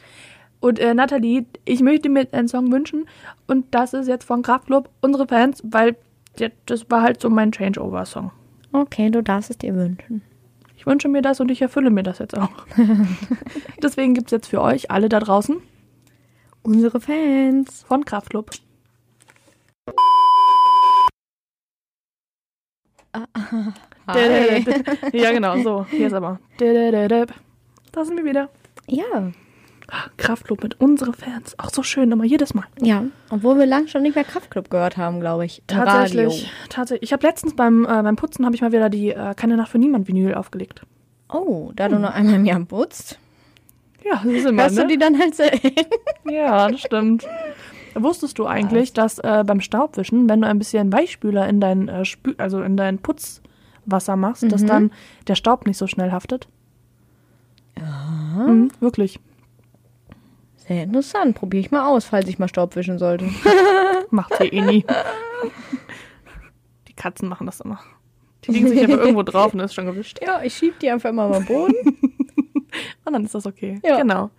Und äh, Nathalie, ich möchte mir einen Song wünschen und das ist jetzt von Kraftklub, unsere Fans, weil ja, das war halt so mein Changeover-Song. Okay, du darfst es dir wünschen. Ich wünsche mir das und ich erfülle mir das jetzt auch. Deswegen gibt's jetzt für euch alle da draußen Unsere Fans. von Kraftklub. Hi. Ja, genau, so. Hier ist aber. Da sind wir wieder. Ja. Kraftclub mit unseren Fans. Auch so schön, immer jedes Mal. Ja. Obwohl wir lang schon nicht mehr Kraftclub gehört haben, glaube ich. Im Tatsächlich. Radio. Tatsächlich. Ich habe letztens beim, äh, beim Putzen habe ich mal wieder die äh, Keine Nacht für Niemand Vinyl aufgelegt. Oh, da du nur einmal im Jahr putzt, Ja, das ist immer, ne? hörst du die dann halt selten. Ja, das stimmt. Wusstest du eigentlich, dass äh, beim Staubwischen, wenn du ein bisschen Weichspüler in dein, äh, Spü also in dein Putzwasser machst, dass dann der Staub nicht so schnell haftet? Mhm, wirklich. Sehr interessant. Probiere ich mal aus, falls ich mal Staub wischen sollte. Macht sie eh nie. Die Katzen machen das immer. Die legen sich einfach irgendwo drauf und das ist schon gewischt. ja, ich schieb die einfach immer mal am Boden. Und dann ist das okay. Ja. Genau.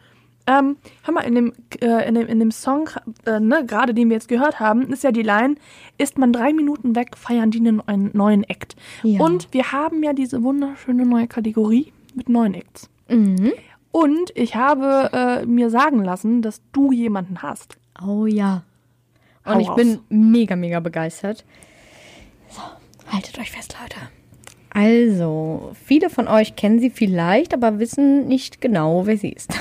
Ähm, hör mal, in dem, äh, in dem, in dem Song, äh, ne, gerade den wir jetzt gehört haben, ist ja die Line, ist man drei Minuten weg, feiern die einen neuen- neuen Act. Ja. Und wir haben ja diese wunderschöne neue Kategorie mit neuen Acts. mhm. Und ich habe äh, mir sagen lassen, dass du jemanden hast. Oh ja. Und Hau ich raus. bin mega, mega begeistert. So, haltet euch fest, Leute. Also, viele von euch kennen sie vielleicht, aber wissen nicht genau, wer sie ist.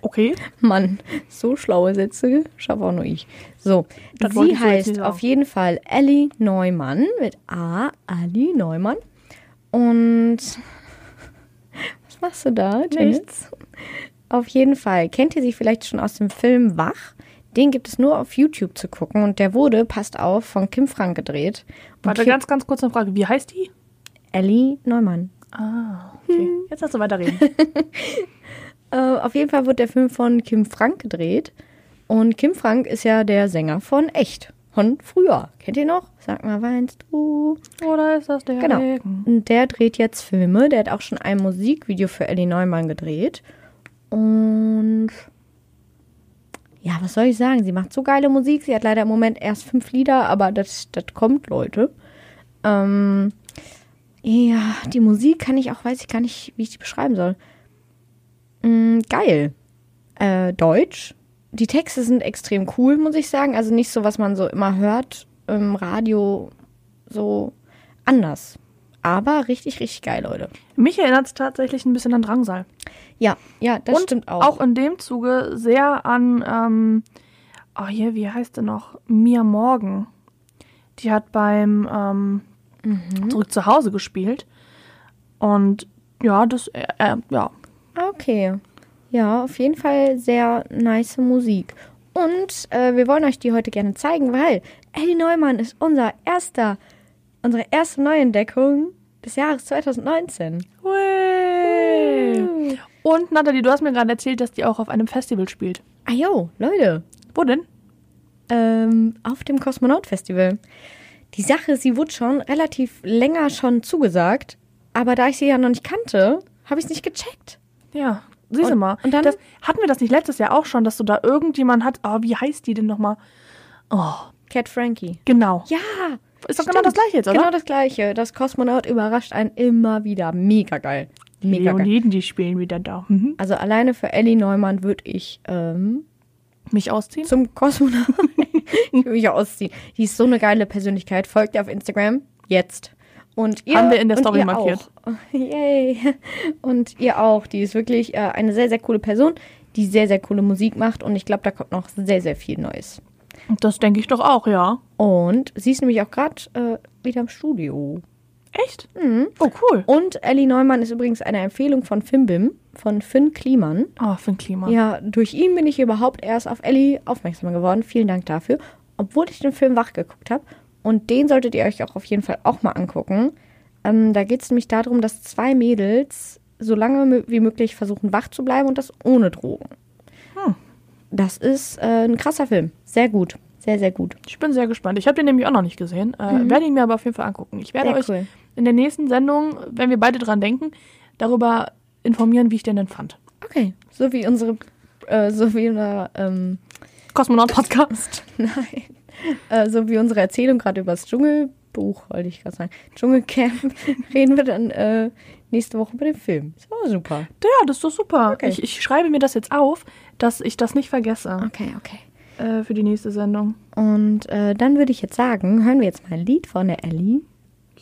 Okay. Mann, so schlaue Sätze schaffe auch nur ich. So, Das wollte sie ich so jetzt nicht heißt sagen. auf jeden Fall Ellie Neumann mit A, Ali Neumann. Und was machst du da? Janice? Auf jeden Fall kennt ihr sie vielleicht schon aus dem Film Wach. Den gibt es nur auf YouTube zu gucken und der wurde, passt auf, von Kim Frank gedreht. Und Warte, Kim- ganz, ganz kurz eine Frage. Wie heißt die? Ellie Neumann. Ah, okay. Jetzt darfst du weiterreden. Äh, auf jeden Fall wird der Film von Kim Frank gedreht. Und Kim Frank ist ja der Sänger von Echt. Von früher. Kennt ihr noch? Sag mal, weinst du? Oder ist das der Genau. Regen? Und der dreht jetzt Filme. Der hat auch schon ein Musikvideo für Ellie Neumann gedreht. Und ja, was soll ich sagen? Sie macht so geile Musik. Sie hat leider im Moment erst fünf Lieder, aber das, das kommt, Leute. Ähm, ja, die Musik kann ich auch, weiß ich gar nicht, wie ich die beschreiben soll. Mm, geil. Äh, Deutsch. Die Texte sind extrem cool, muss ich sagen. Also nicht so, was man so immer hört im Radio, so anders. Aber richtig, richtig geil, Leute. Mich erinnert es tatsächlich ein bisschen an Drangsal. Ja, ja, das Und stimmt auch. Auch in dem Zuge sehr an, ähm, oh hier, wie heißt der noch? Mia Morgan. Die hat beim ähm, Zurück zu Hause gespielt. Und ja, das, äh, äh, ja. Ah, Okay. Ja, auf jeden Fall sehr nice Musik. Und äh, wir wollen euch die heute gerne zeigen, weil Ellie Neumann ist unser erster, unsere erste Neuentdeckung des Jahres 2019. Hui. Und Nathalie, du hast mir gerade erzählt, dass die auch auf einem Festival spielt. Ah jo, Leute, Wo denn? ähm, auf dem Kosmonaut-Festival. Die Sache, sie wurde schon relativ länger schon zugesagt, aber da ich sie ja noch nicht kannte, habe ich es nicht gecheckt. Ja, siehst du Und- mal. und dann- das, hatten wir das nicht letztes Jahr auch schon, dass du da irgendjemand hat, oh, wie heißt die denn nochmal? Oh, Cat Frankie. genau. Ja, Ist doch genau das Gleiche jetzt, oder? Genau das gleiche. Das Kosmonaut überrascht einen immer wieder. Mega geil. Mega geil. Leoniden, die spielen wieder da. Mhm. Also alleine für Ellie Neumann würde ich ähm, Mich ausziehen? zum Kosmonaut ich würd mich auch ausziehen. Die ist so eine geile Persönlichkeit. Folgt ihr auf Instagram jetzt. Und ihr, Haben wir in der Story und ihr markiert. Auch. Yay. Und ihr auch. Die ist wirklich äh, eine sehr, sehr coole Person, die sehr, sehr coole Musik macht. Und ich glaube, da kommt noch sehr, sehr viel Neues. Das denke ich doch auch, ja. Und sie ist nämlich auch gerade äh, wieder im Studio. Echt? Oh, cool. Und Ellie Neumann ist übrigens eine Empfehlung von Fimbim, von Finn Kliman. Ah, für ein Klima. Ja, durch ihn bin ich überhaupt erst auf Ellie aufmerksam geworden. Vielen Dank dafür. Obwohl ich den Film wach geguckt habe. Und den solltet ihr euch auch auf jeden Fall auch mal angucken. Ähm, da geht es nämlich darum, dass zwei Mädels so lange mö- wie möglich versuchen, wach zu bleiben und das ohne Drogen. Hm. Das ist äh, ein krasser Film. Sehr gut. Sehr, sehr gut. Ich bin sehr gespannt. Ich habe den nämlich auch noch nicht gesehen. Äh, Werde ihn mir aber auf jeden Fall angucken. Ich werde Sehr euch cool. in der nächsten Sendung, wenn wir beide dran denken, darüber informieren, wie ich den denn fand. Okay. So wie unsere. Äh, so wie eine, ähm, Kosmonaut-Podcast. Nein. Äh, so wie unsere Erzählung gerade über das Dschungelbuch, wollte ich gerade sagen. Dschungelcamp, reden wir dann äh, nächste Woche über den Film. Ist auch super. Ja, das ist doch super. Okay. Ich, ich schreibe mir das jetzt auf, dass ich das nicht vergesse Okay, okay. äh, für die nächste Sendung. Und äh, dann würde ich jetzt sagen, hören wir jetzt mal ein Lied von der Ellie.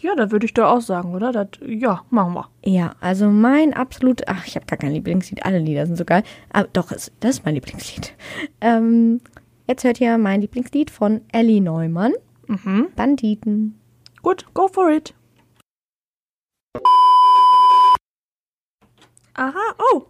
Ja, das würde ich doch auch sagen, oder? Das, ja, machen wir. Ja, also mein absolut, ach, ich habe gar kein Lieblingslied, alle Lieder sind so geil. Aber doch, es- das ist mein Lieblingslied. Ähm, jetzt hört ihr mein Lieblingslied von Ellie Neumann, Mhm. Banditen. Gut, go for it. Aha, oh.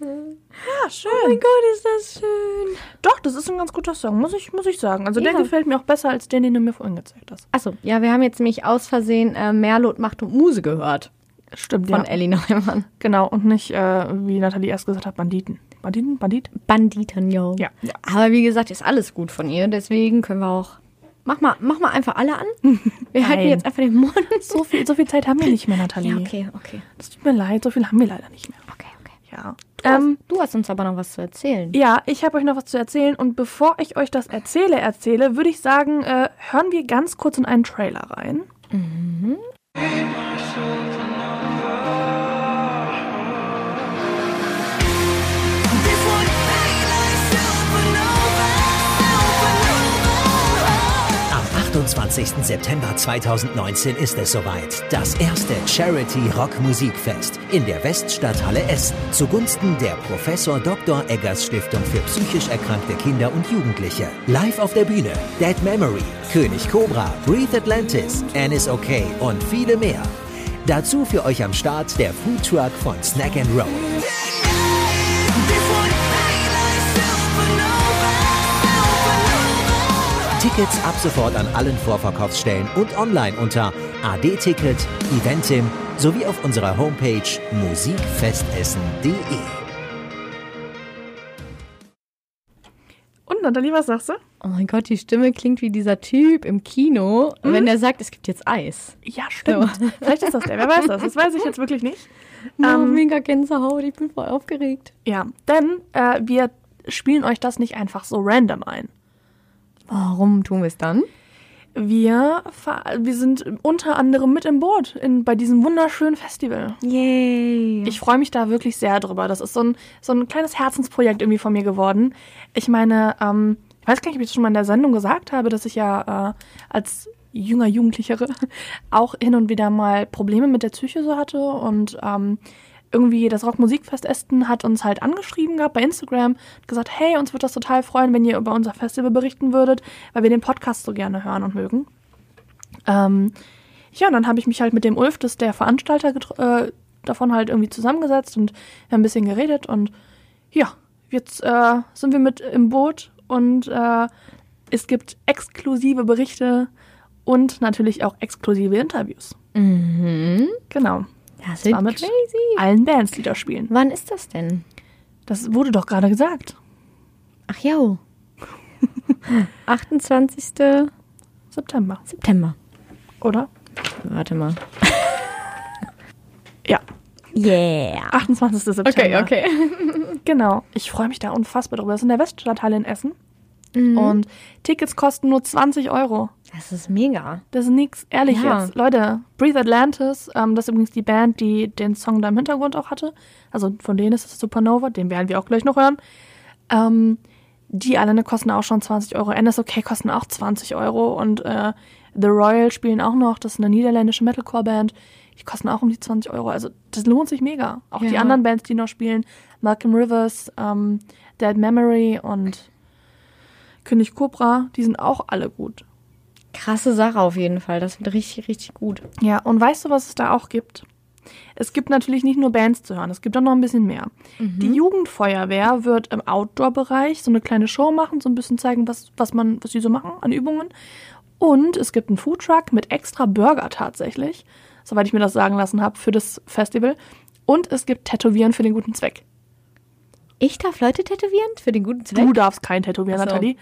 Mhm. Ja, schön. Oh Gott, ist das schön. Doch, das ist ein ganz guter Song, muss ich, muss ich sagen. Also Ja. der gefällt mir auch besser als den, den du mir vorhin gezeigt hast. Achso, ja, wir haben jetzt nämlich aus Versehen äh, Merlot macht und Muse gehört. Stimmt, von ja. Ellie Neumann. Genau, und nicht, äh, wie Nathalie erst gesagt hat, Banditen. Banditen? Bandit? Banditen, yo. Ja, ja. Aber wie gesagt, ist alles gut von ihr, deswegen können wir auch. Mach mal, mach mal einfach alle an. Wir halten Nein. jetzt einfach den Mund. So viel, so viel Zeit haben wir nicht mehr, Nathalie. Ja, okay, okay. Das tut mir leid, so viel haben wir leider nicht mehr. Okay, okay. Ja. Du, Ähm, hast, du hast uns aber noch was zu erzählen. Ja, ich habe euch noch was zu erzählen und bevor ich euch das erzähle, erzähle, würde ich sagen, äh, hören wir ganz kurz in einen Trailer rein. 24. September 2019 ist es soweit. Das erste Charity Rock Musikfest in der Weststadthalle Essen zugunsten der Professor Dr. Eggers Stiftung für psychisch erkrankte Kinder und Jugendliche. Live auf der Bühne Dead Memory, König Cobra, Breathe Atlantis, Anne is Okay und viele mehr. Dazu für euch am Start der Food Truck von Snack and Roll. Tickets ab sofort an allen Vorverkaufsstellen und online unter AD-Ticket, Eventim sowie auf unserer Homepage musikfestessen.de. Und Nathalie, was sagst du? Oh mein Gott, die Stimme klingt wie dieser Typ im Kino, wenn er sagt, es gibt jetzt Eis. Ja, stimmt. Vielleicht ist das der, wer weiß das. Das weiß ich jetzt wirklich nicht. Oh, Ähm, mega Gänsehaut, ich bin voll aufgeregt. ja, denn äh, wir spielen euch das nicht einfach so random ein. Warum tun wir es dann? Wir, ver- wir sind unter anderem mit im Boot in, bei diesem wunderschönen Festival. Yay. Ich freue mich da wirklich sehr drüber. Das ist so ein, so ein kleines Herzensprojekt irgendwie von mir geworden. Ich meine, ähm, ich weiß gar nicht, ob ich das schon mal in der Sendung gesagt habe, dass ich ja äh, als jünger Jugendlichere auch hin und wieder mal Probleme mit der Psyche so hatte und ähm, irgendwie das Rockmusikfest Essen hat uns halt angeschrieben gehabt bei Instagram, hat gesagt, hey, uns würde das total freuen, wenn ihr über unser Festival berichten würdet, weil wir den Podcast so gerne hören und mögen. Ähm, ja, und dann habe ich mich halt mit dem Ulf, das ist der Veranstalter getr- äh, davon halt irgendwie zusammengesetzt und wir haben ein bisschen geredet und ja, jetzt äh, sind wir mit im Boot und äh, es gibt exklusive Berichte und natürlich auch exklusive Interviews. Mhm. Genau. Das war wird mit- crazy. Allen Bands, die da spielen. Wann ist das denn? Das wurde doch gerade gesagt. Ach ja. 28. September, September. oder? Warte mal. Ja, Yeah. 28. September. Okay, okay. Genau. Ich freue mich da unfassbar drüber. Das ist in der Weststadthalle in Essen. Und Tickets kosten nur 20 Euro. Das ist mega. Das ist nix, ehrlich Ja. jetzt. Leute, Breathe Atlantis, ähm, das ist übrigens die Band, die den Song da im Hintergrund auch hatte. Also von denen ist es Supernova, den werden wir auch gleich noch hören. Ähm, die alleine kosten auch schon 20 Euro. NSOK kosten auch 20 Euro. Und äh, The Royal spielen auch noch. Das ist eine niederländische Metalcore-Band. Die kosten auch um die 20 Euro. Also das lohnt sich mega. Auch die Ja. anderen Bands, die noch spielen. Malcolm Rivers, ähm, Dead Memory und König Cobra, die sind auch alle gut. Krasse Sache auf jeden Fall. Das wird richtig, richtig gut. Ja, und weißt du, was es da auch gibt? Es gibt natürlich nicht nur Bands zu hören, es gibt auch noch ein bisschen mehr. Mhm. Die Jugendfeuerwehr wird im Outdoor-Bereich so eine kleine Show machen, so ein bisschen zeigen, was, was man, was sie so machen an Übungen. Und es gibt einen Foodtruck mit extra Burger tatsächlich, soweit ich mir das sagen lassen habe, für das Festival. Und es gibt Tätowieren für den guten Zweck. Ich darf Leute tätowieren für den guten Zweck. Du darfst kein Tätowieren, Ach so. Nathalie.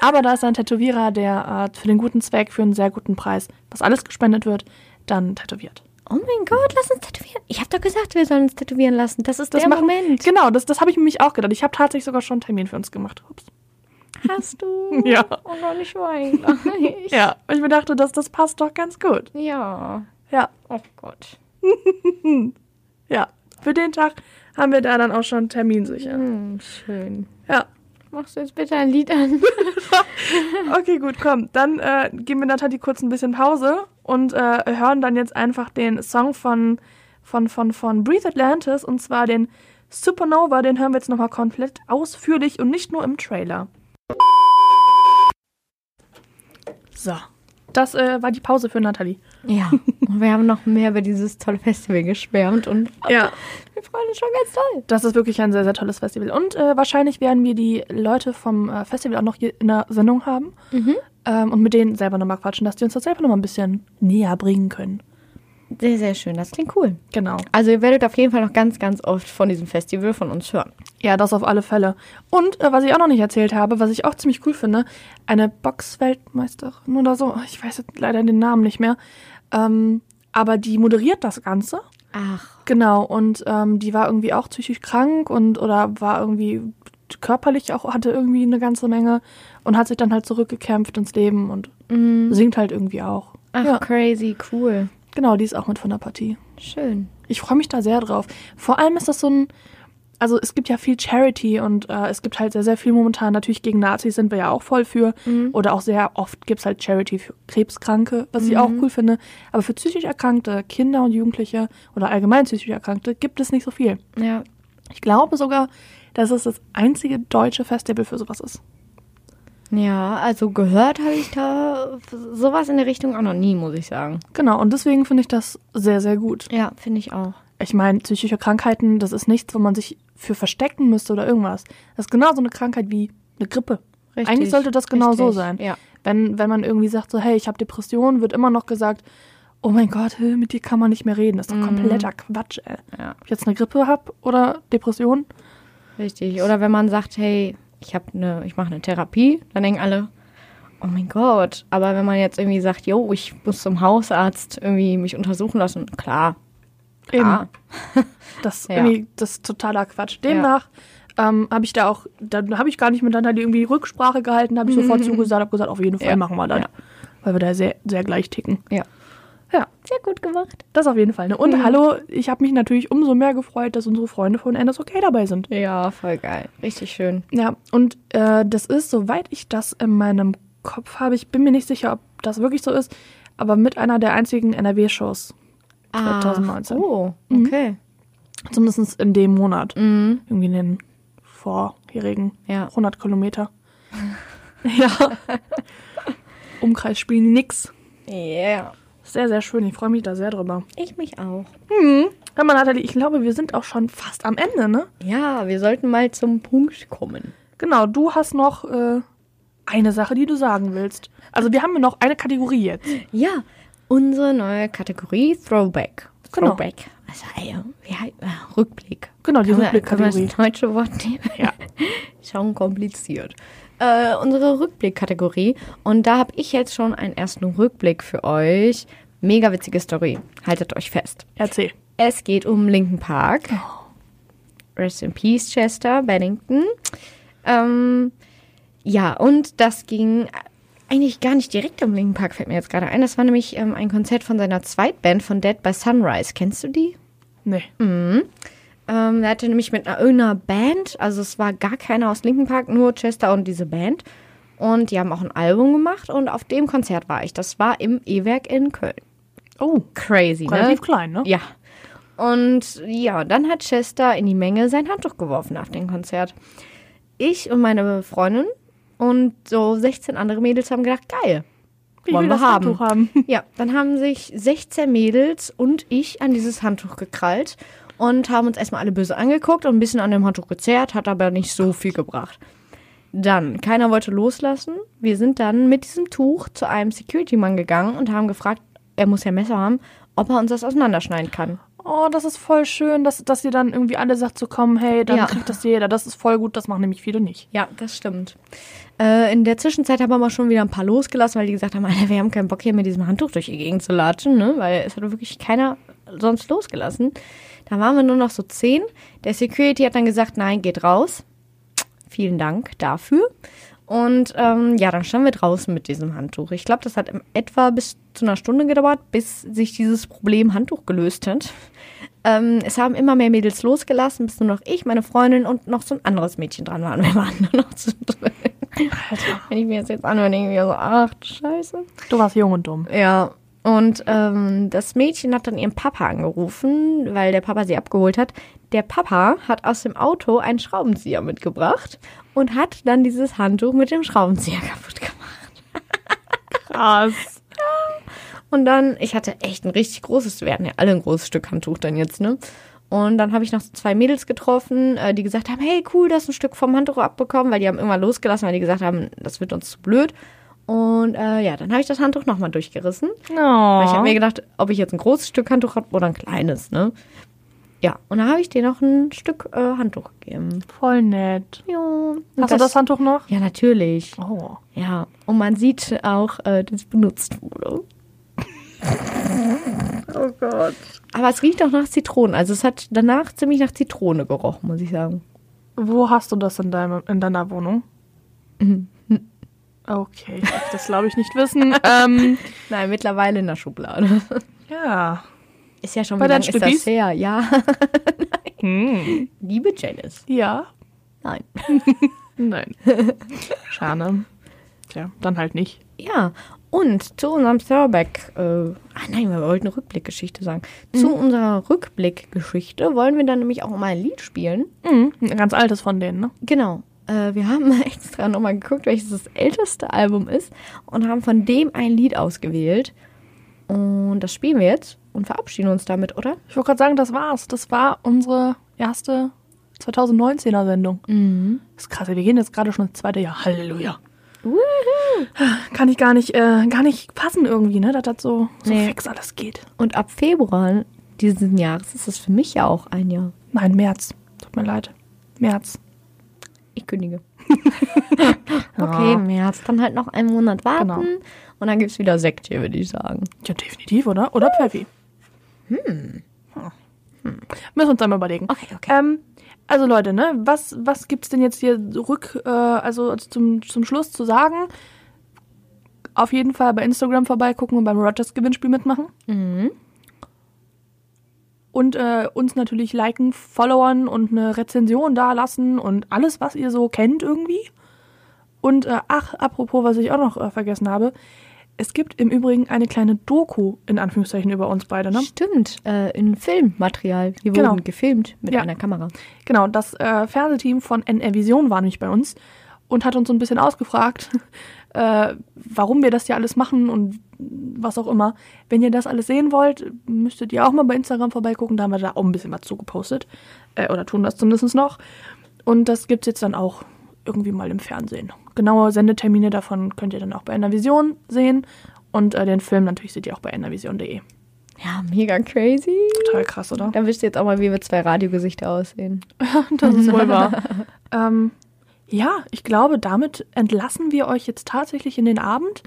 Aber da ist ein Tätowierer, der äh, für den guten Zweck, für einen sehr guten Preis, was alles gespendet wird, dann tätowiert. Oh mein Gott, lass uns tätowieren. Ich habe doch gesagt, wir sollen uns tätowieren lassen. Das ist Das der machen- Moment. Genau, das, das habe ich mir nämlich auch gedacht. Ich habe tatsächlich sogar schon einen Termin für uns gemacht. Ups. Hast du? Ja. Oh Gott, ich weine. ja. Ja, weil ich mir dachte, das, das passt doch ganz gut. ja. Ja, Oh Gott. ja. Für den Tag haben wir da dann auch schon einen Termin sicher. Hm, schön. Ja. Machst du jetzt bitte ein Lied an? Okay, gut, komm. Dann äh, geben wir Nathalie kurz ein bisschen Pause und äh, hören dann jetzt einfach den Song von, von, von, von Breathe Atlantis und zwar den Supernova. Den hören wir jetzt nochmal komplett ausführlich und nicht nur im Trailer. So. Das äh, war die Pause für Nathalie. Ja. Und wir haben noch mehr über dieses tolle Festival geschwärmt und Ja. wir freuen uns schon ganz toll. Das ist wirklich ein sehr, sehr tolles Festival. Und äh, wahrscheinlich werden wir die Leute vom äh, Festival auch noch hier in der Sendung haben ähm, und mit denen selber nochmal quatschen, dass die uns das selber nochmal ein bisschen näher bringen können. Sehr, sehr schön. Das klingt cool. Genau. Also ihr werdet auf jeden Fall noch ganz, ganz oft von diesem Festival von uns hören. Ja, das auf alle Fälle. Und äh, was ich auch noch nicht erzählt habe, was ich auch ziemlich cool finde, eine Boxweltmeisterin oder so, ich weiß jetzt leider den Namen nicht mehr, ähm, aber die moderiert das Ganze. Ach. Genau, und ähm, die war irgendwie auch psychisch krank und oder war irgendwie körperlich auch, hatte irgendwie eine ganze Menge und hat sich dann halt zurückgekämpft ins Leben und singt halt irgendwie auch. Ach, ja, crazy, cool. genau, die ist auch mit von der Partie. Schön. Ich freue mich da sehr drauf. Vor allem ist das so ein, also es gibt ja viel Charity und äh, es gibt halt sehr, sehr viel momentan. Natürlich gegen Nazis sind wir ja auch voll für. Oder auch sehr oft gibt es halt Charity für Krebskranke, was ich auch cool finde. Aber für psychisch Erkrankte, Kinder und Jugendliche oder allgemein psychisch Erkrankte gibt es nicht so viel. Ja. Ich glaube sogar, dass es das einzige deutsche Festival für sowas ist. Ja, also gehört habe ich da sowas in der Richtung auch noch nie, muss ich sagen. Genau, und deswegen finde ich das sehr, sehr gut. Ja, finde ich auch. Ich meine, psychische Krankheiten, das ist nichts, wo man sich für verstecken müsste oder irgendwas. Das ist genau so eine Krankheit wie eine Grippe. Richtig, Eigentlich sollte das genau so richtig, sein. ja. Wenn, wenn man irgendwie sagt, so, hey, ich habe Depressionen, wird immer noch gesagt, oh mein Gott, hä, mit dir kann man nicht mehr reden. Das ist doch Mhm. kompletter Quatsch, ey. Ja. Ob ich jetzt eine Grippe habe oder Depression, Richtig. Oder wenn man sagt, hey, ich habe eine, ich mache eine Therapie, dann denken alle, oh mein Gott. Aber wenn man jetzt irgendwie sagt, yo, ich muss zum Hausarzt irgendwie mich untersuchen lassen, klar, klar. Das, Ja. irgendwie, das ist totaler Quatsch. Demnach ähm, habe ich da auch, dann habe ich gar nicht mit Nathalie irgendwie Rücksprache gehalten, habe ich sofort zugesagt, habe gesagt, auf jeden Fall Ja. machen wir das. Ja. Weil wir da sehr, sehr gleich ticken. Ja. Ja, Sehr gut gemacht. das auf jeden Fall. Ne? Und hallo, ich habe mich natürlich umso mehr gefreut, dass unsere Freunde von NSOK dabei sind. Ja, voll geil. Richtig schön. Ja, und äh, das ist, soweit ich das in meinem Kopf habe, ich bin mir nicht sicher, ob das wirklich so ist, aber mit einer der einzigen NRW-Shows. 2019. Ach, oh, okay. Zumindest in dem Monat. Mhm. Irgendwie in den vorjährigen Ja. 100 Kilometer. ja. Umkreis spielen nix. Mhm. Yeah. Sehr, sehr schön. Ich freue mich da sehr drüber. Ich mich auch. Hör mal, Nathalie, ich glaube, wir sind auch schon fast am Ende, ne? Ja, wir sollten mal zum Punkt kommen. Genau, du hast noch äh, eine Sache, die du sagen willst. Also wir haben noch eine Kategorie jetzt. Ja, unsere neue Kategorie Throwback. Genau. Throwback. Also, ey, wie hei- äh, Rückblick. Genau, die Kann man- Rückblickkategorie. Kann man das deutsche Wort nehmen? Ja. Schon kompliziert. Äh, unsere Rückblickkategorie. Und da habe ich jetzt schon einen ersten Rückblick für euch. Mega witzige Story. Haltet euch fest. Erzähl. Es geht um Linkin Park. Rest in Peace, Chester Bennington. Ähm, ja, und das ging eigentlich gar nicht direkt um Linkin Park, fällt mir jetzt gerade ein. Das war nämlich ähm, ein Konzert von seiner Zweitband von Dead by Sunrise. Kennst du die? Nee. Hm, ne? Ähm, er hatte nämlich mit einer irgendeiner Band, also es war gar keiner aus Linkin Park, nur Chester und diese Band. Und die haben auch ein Album gemacht und auf dem Konzert war ich. Das war im E-Werk in Köln. Oh, Crazy, ne? relativ klein, ne? Ja. Und ja, dann hat Chester in die Menge sein Handtuch geworfen nach dem Konzert. Ich und meine Freundin und so 16 andere Mädels haben gedacht, geil. Ich wollen will wir das haben. Handtuch haben. Ja, dann haben sich 16 Mädels und ich an dieses Handtuch gekrallt und haben uns erstmal alle böse angeguckt und ein bisschen an dem Handtuch gezerrt, hat aber nicht so viel gebracht. Dann, keiner wollte loslassen. Wir sind dann mit diesem Tuch zu einem Security-Mann gegangen und haben gefragt, er muss ja ein Messer haben, ob er uns das auseinanderschneiden kann. Oh, das ist voll schön, dass, dass ihr dann irgendwie alle sagt, so komm, hey, dann Ja. kriegt das jeder. Das ist voll gut, das machen nämlich viele nicht. Ja, das stimmt. Äh, in der Zwischenzeit haben wir aber schon wieder ein paar losgelassen, weil die gesagt haben, Alter, wir haben keinen Bock hier mit diesem Handtuch durch die Gegend zu latschen, ne? weil es hat wirklich keiner sonst losgelassen. Da waren wir nur noch so zehn. Der Security hat dann gesagt, nein, geht raus. Vielen Dank dafür. Und ähm, ja, dann standen wir draußen mit diesem Handtuch. Ich glaube, das hat im etwa bis zu einer Stunde gedauert, bis sich dieses Problem Handtuch gelöst hat. Ähm, es haben immer mehr Mädels losgelassen, bis nur noch ich, meine Freundin und noch so ein anderes Mädchen dran waren. Wir waren nur noch zu dritt. Wenn ich mir das jetzt anhöre, denke ich mir so, ach, du scheiße. Du warst jung und dumm. Ja, und ähm, das Mädchen hat dann ihren Papa angerufen, weil der Papa sie abgeholt hat. Der Papa hat aus dem Auto einen Schraubenzieher mitgebracht und hat dann dieses Handtuch mit dem Schraubenzieher kaputt gemacht. Krass. Und dann, ich hatte echt ein richtig großes, wir hatten ja alle ein großes Stück Handtuch dann jetzt, ne? Und dann habe ich noch so zwei Mädels getroffen, äh, die gesagt haben, hey, cool, dass ein Stück vom Handtuch abbekommen, weil die haben immer losgelassen, weil die gesagt haben, das wird uns zu blöd. Und äh, ja, dann habe ich das Handtuch nochmal durchgerissen. Weil ich habe Oh. mir gedacht, ob ich jetzt ein großes Stück Handtuch habe oder ein kleines, ne? Ja, und dann habe ich dir noch ein Stück äh, Handtuch gegeben. voll nett. Ja. und Hast du das Handtuch noch? Ja, natürlich. Oh. Ja, und man sieht auch, äh, dass es benutzt wurde. oh Gott. Oh Aber es riecht auch nach Zitronen. Also es hat danach ziemlich nach Zitrone gerochen, muss ich sagen. Wo hast du das in, deinem, in deiner Wohnung? Okay, ich darf das glaube ich nicht wissen. ähm, Nein, mittlerweile in der Schublade. ja. Ist ja schon Bei wieder deinen ist das Stückis? her, ja. hm. Liebe Janice. Ja. Nein. Nein. Schade. Tja, dann halt nicht. Ja, und zu unserem Throwback, äh, ah nein, wir wollten Rückblickgeschichte sagen. Zu unserer Rückblickgeschichte wollen wir dann nämlich auch mal ein Lied spielen. Mhm. Ein ganz altes von denen, ne? Genau. Äh, wir haben mal extra nochmal geguckt, welches das älteste Album ist und haben von dem ein Lied ausgewählt. Und das spielen wir jetzt und verabschieden uns damit, oder? Ich wollte gerade sagen, das war's. Das war unsere erste 2019er Sendung. Das ist krass, wir gehen jetzt gerade schon ins zweite Jahr. Halleluja. Kann ich gar nicht, äh, gar nicht passen irgendwie, ne? Dass das so, so Nee. fix alles geht. Und ab Februar diesen Jahres ist es für mich ja auch ein Jahr. Nein, März. Tut mir leid. März. Ich kündige. okay, März. Dann halt noch einen Monat warten. Genau. Und dann gibt es wieder Sekt hier, würde ich sagen. Ja, definitiv, oder? Oder Pfeffi. Hm. Müssen wir uns dann mal überlegen. Hm. Okay, okay. Ähm, also Leute, ne, was, was gibt's denn jetzt hier rück, äh, also zum, zum Schluss zu sagen? Auf jeden Fall bei Instagram vorbeigucken und beim Rogers-Gewinnspiel mitmachen. Und äh, uns natürlich liken, followern und eine Rezension da lassen und alles, was ihr so kennt irgendwie. Und äh, ach, apropos, was ich auch noch äh, vergessen habe. Es gibt im Übrigen eine kleine Doku, in Anführungszeichen, über uns beide. Ne? Stimmt, äh, in Filmmaterial. Wir Genau. wurden gefilmt mit Ja. einer Kamera. Genau, das äh, Fernsehteam von NR Vision war nämlich bei uns und hat uns so ein bisschen ausgefragt, äh, warum wir das hier alles machen und was auch immer. Wenn ihr das alles sehen wollt, müsstet ihr auch mal bei Instagram vorbeigucken. Da haben wir da auch ein bisschen was zugepostet. Äh, oder tun das zumindest noch. Und das gibt's jetzt dann auch irgendwie mal im Fernsehen. Genaue Sendetermine davon könnt ihr dann auch bei NR Vision sehen. Und äh, den Film natürlich seht ihr auch bei nrvision.de. Ja, mega crazy. Total krass, oder? Dann wisst ihr jetzt auch mal, wie wir zwei Radiogesichter aussehen. Das ist wohl wahr. ähm, ja, ich glaube, damit entlassen wir euch jetzt tatsächlich in den Abend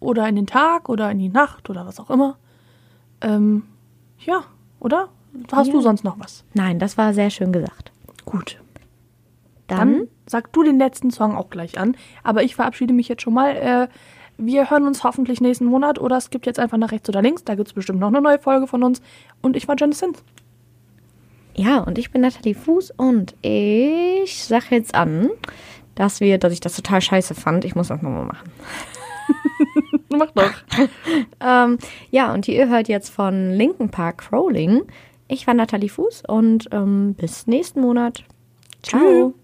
oder in den Tag oder in die Nacht oder was auch immer. Ähm, ja, oder? Hast du sonst noch was? Nein, das war sehr schön gesagt. Gut. Dann, Dann sag du den letzten Song auch gleich an. Aber ich verabschiede mich jetzt schon mal. Äh, wir hören uns hoffentlich nächsten Monat oder es gibt jetzt einfach nach rechts oder links. Da gibt es bestimmt noch eine neue Folge von uns. Und ich war Janice Sins. ja, und ich bin Nathalie Fuß und ich sag jetzt an, dass wir, dass ich das total scheiße fand. Ich muss das nochmal machen. Mach doch. Ähm, ja, und ihr hört jetzt von Linken Park Rolling. Ich war Nathalie Fuß und ähm, bis nächsten Monat. Ciao. Tschüss.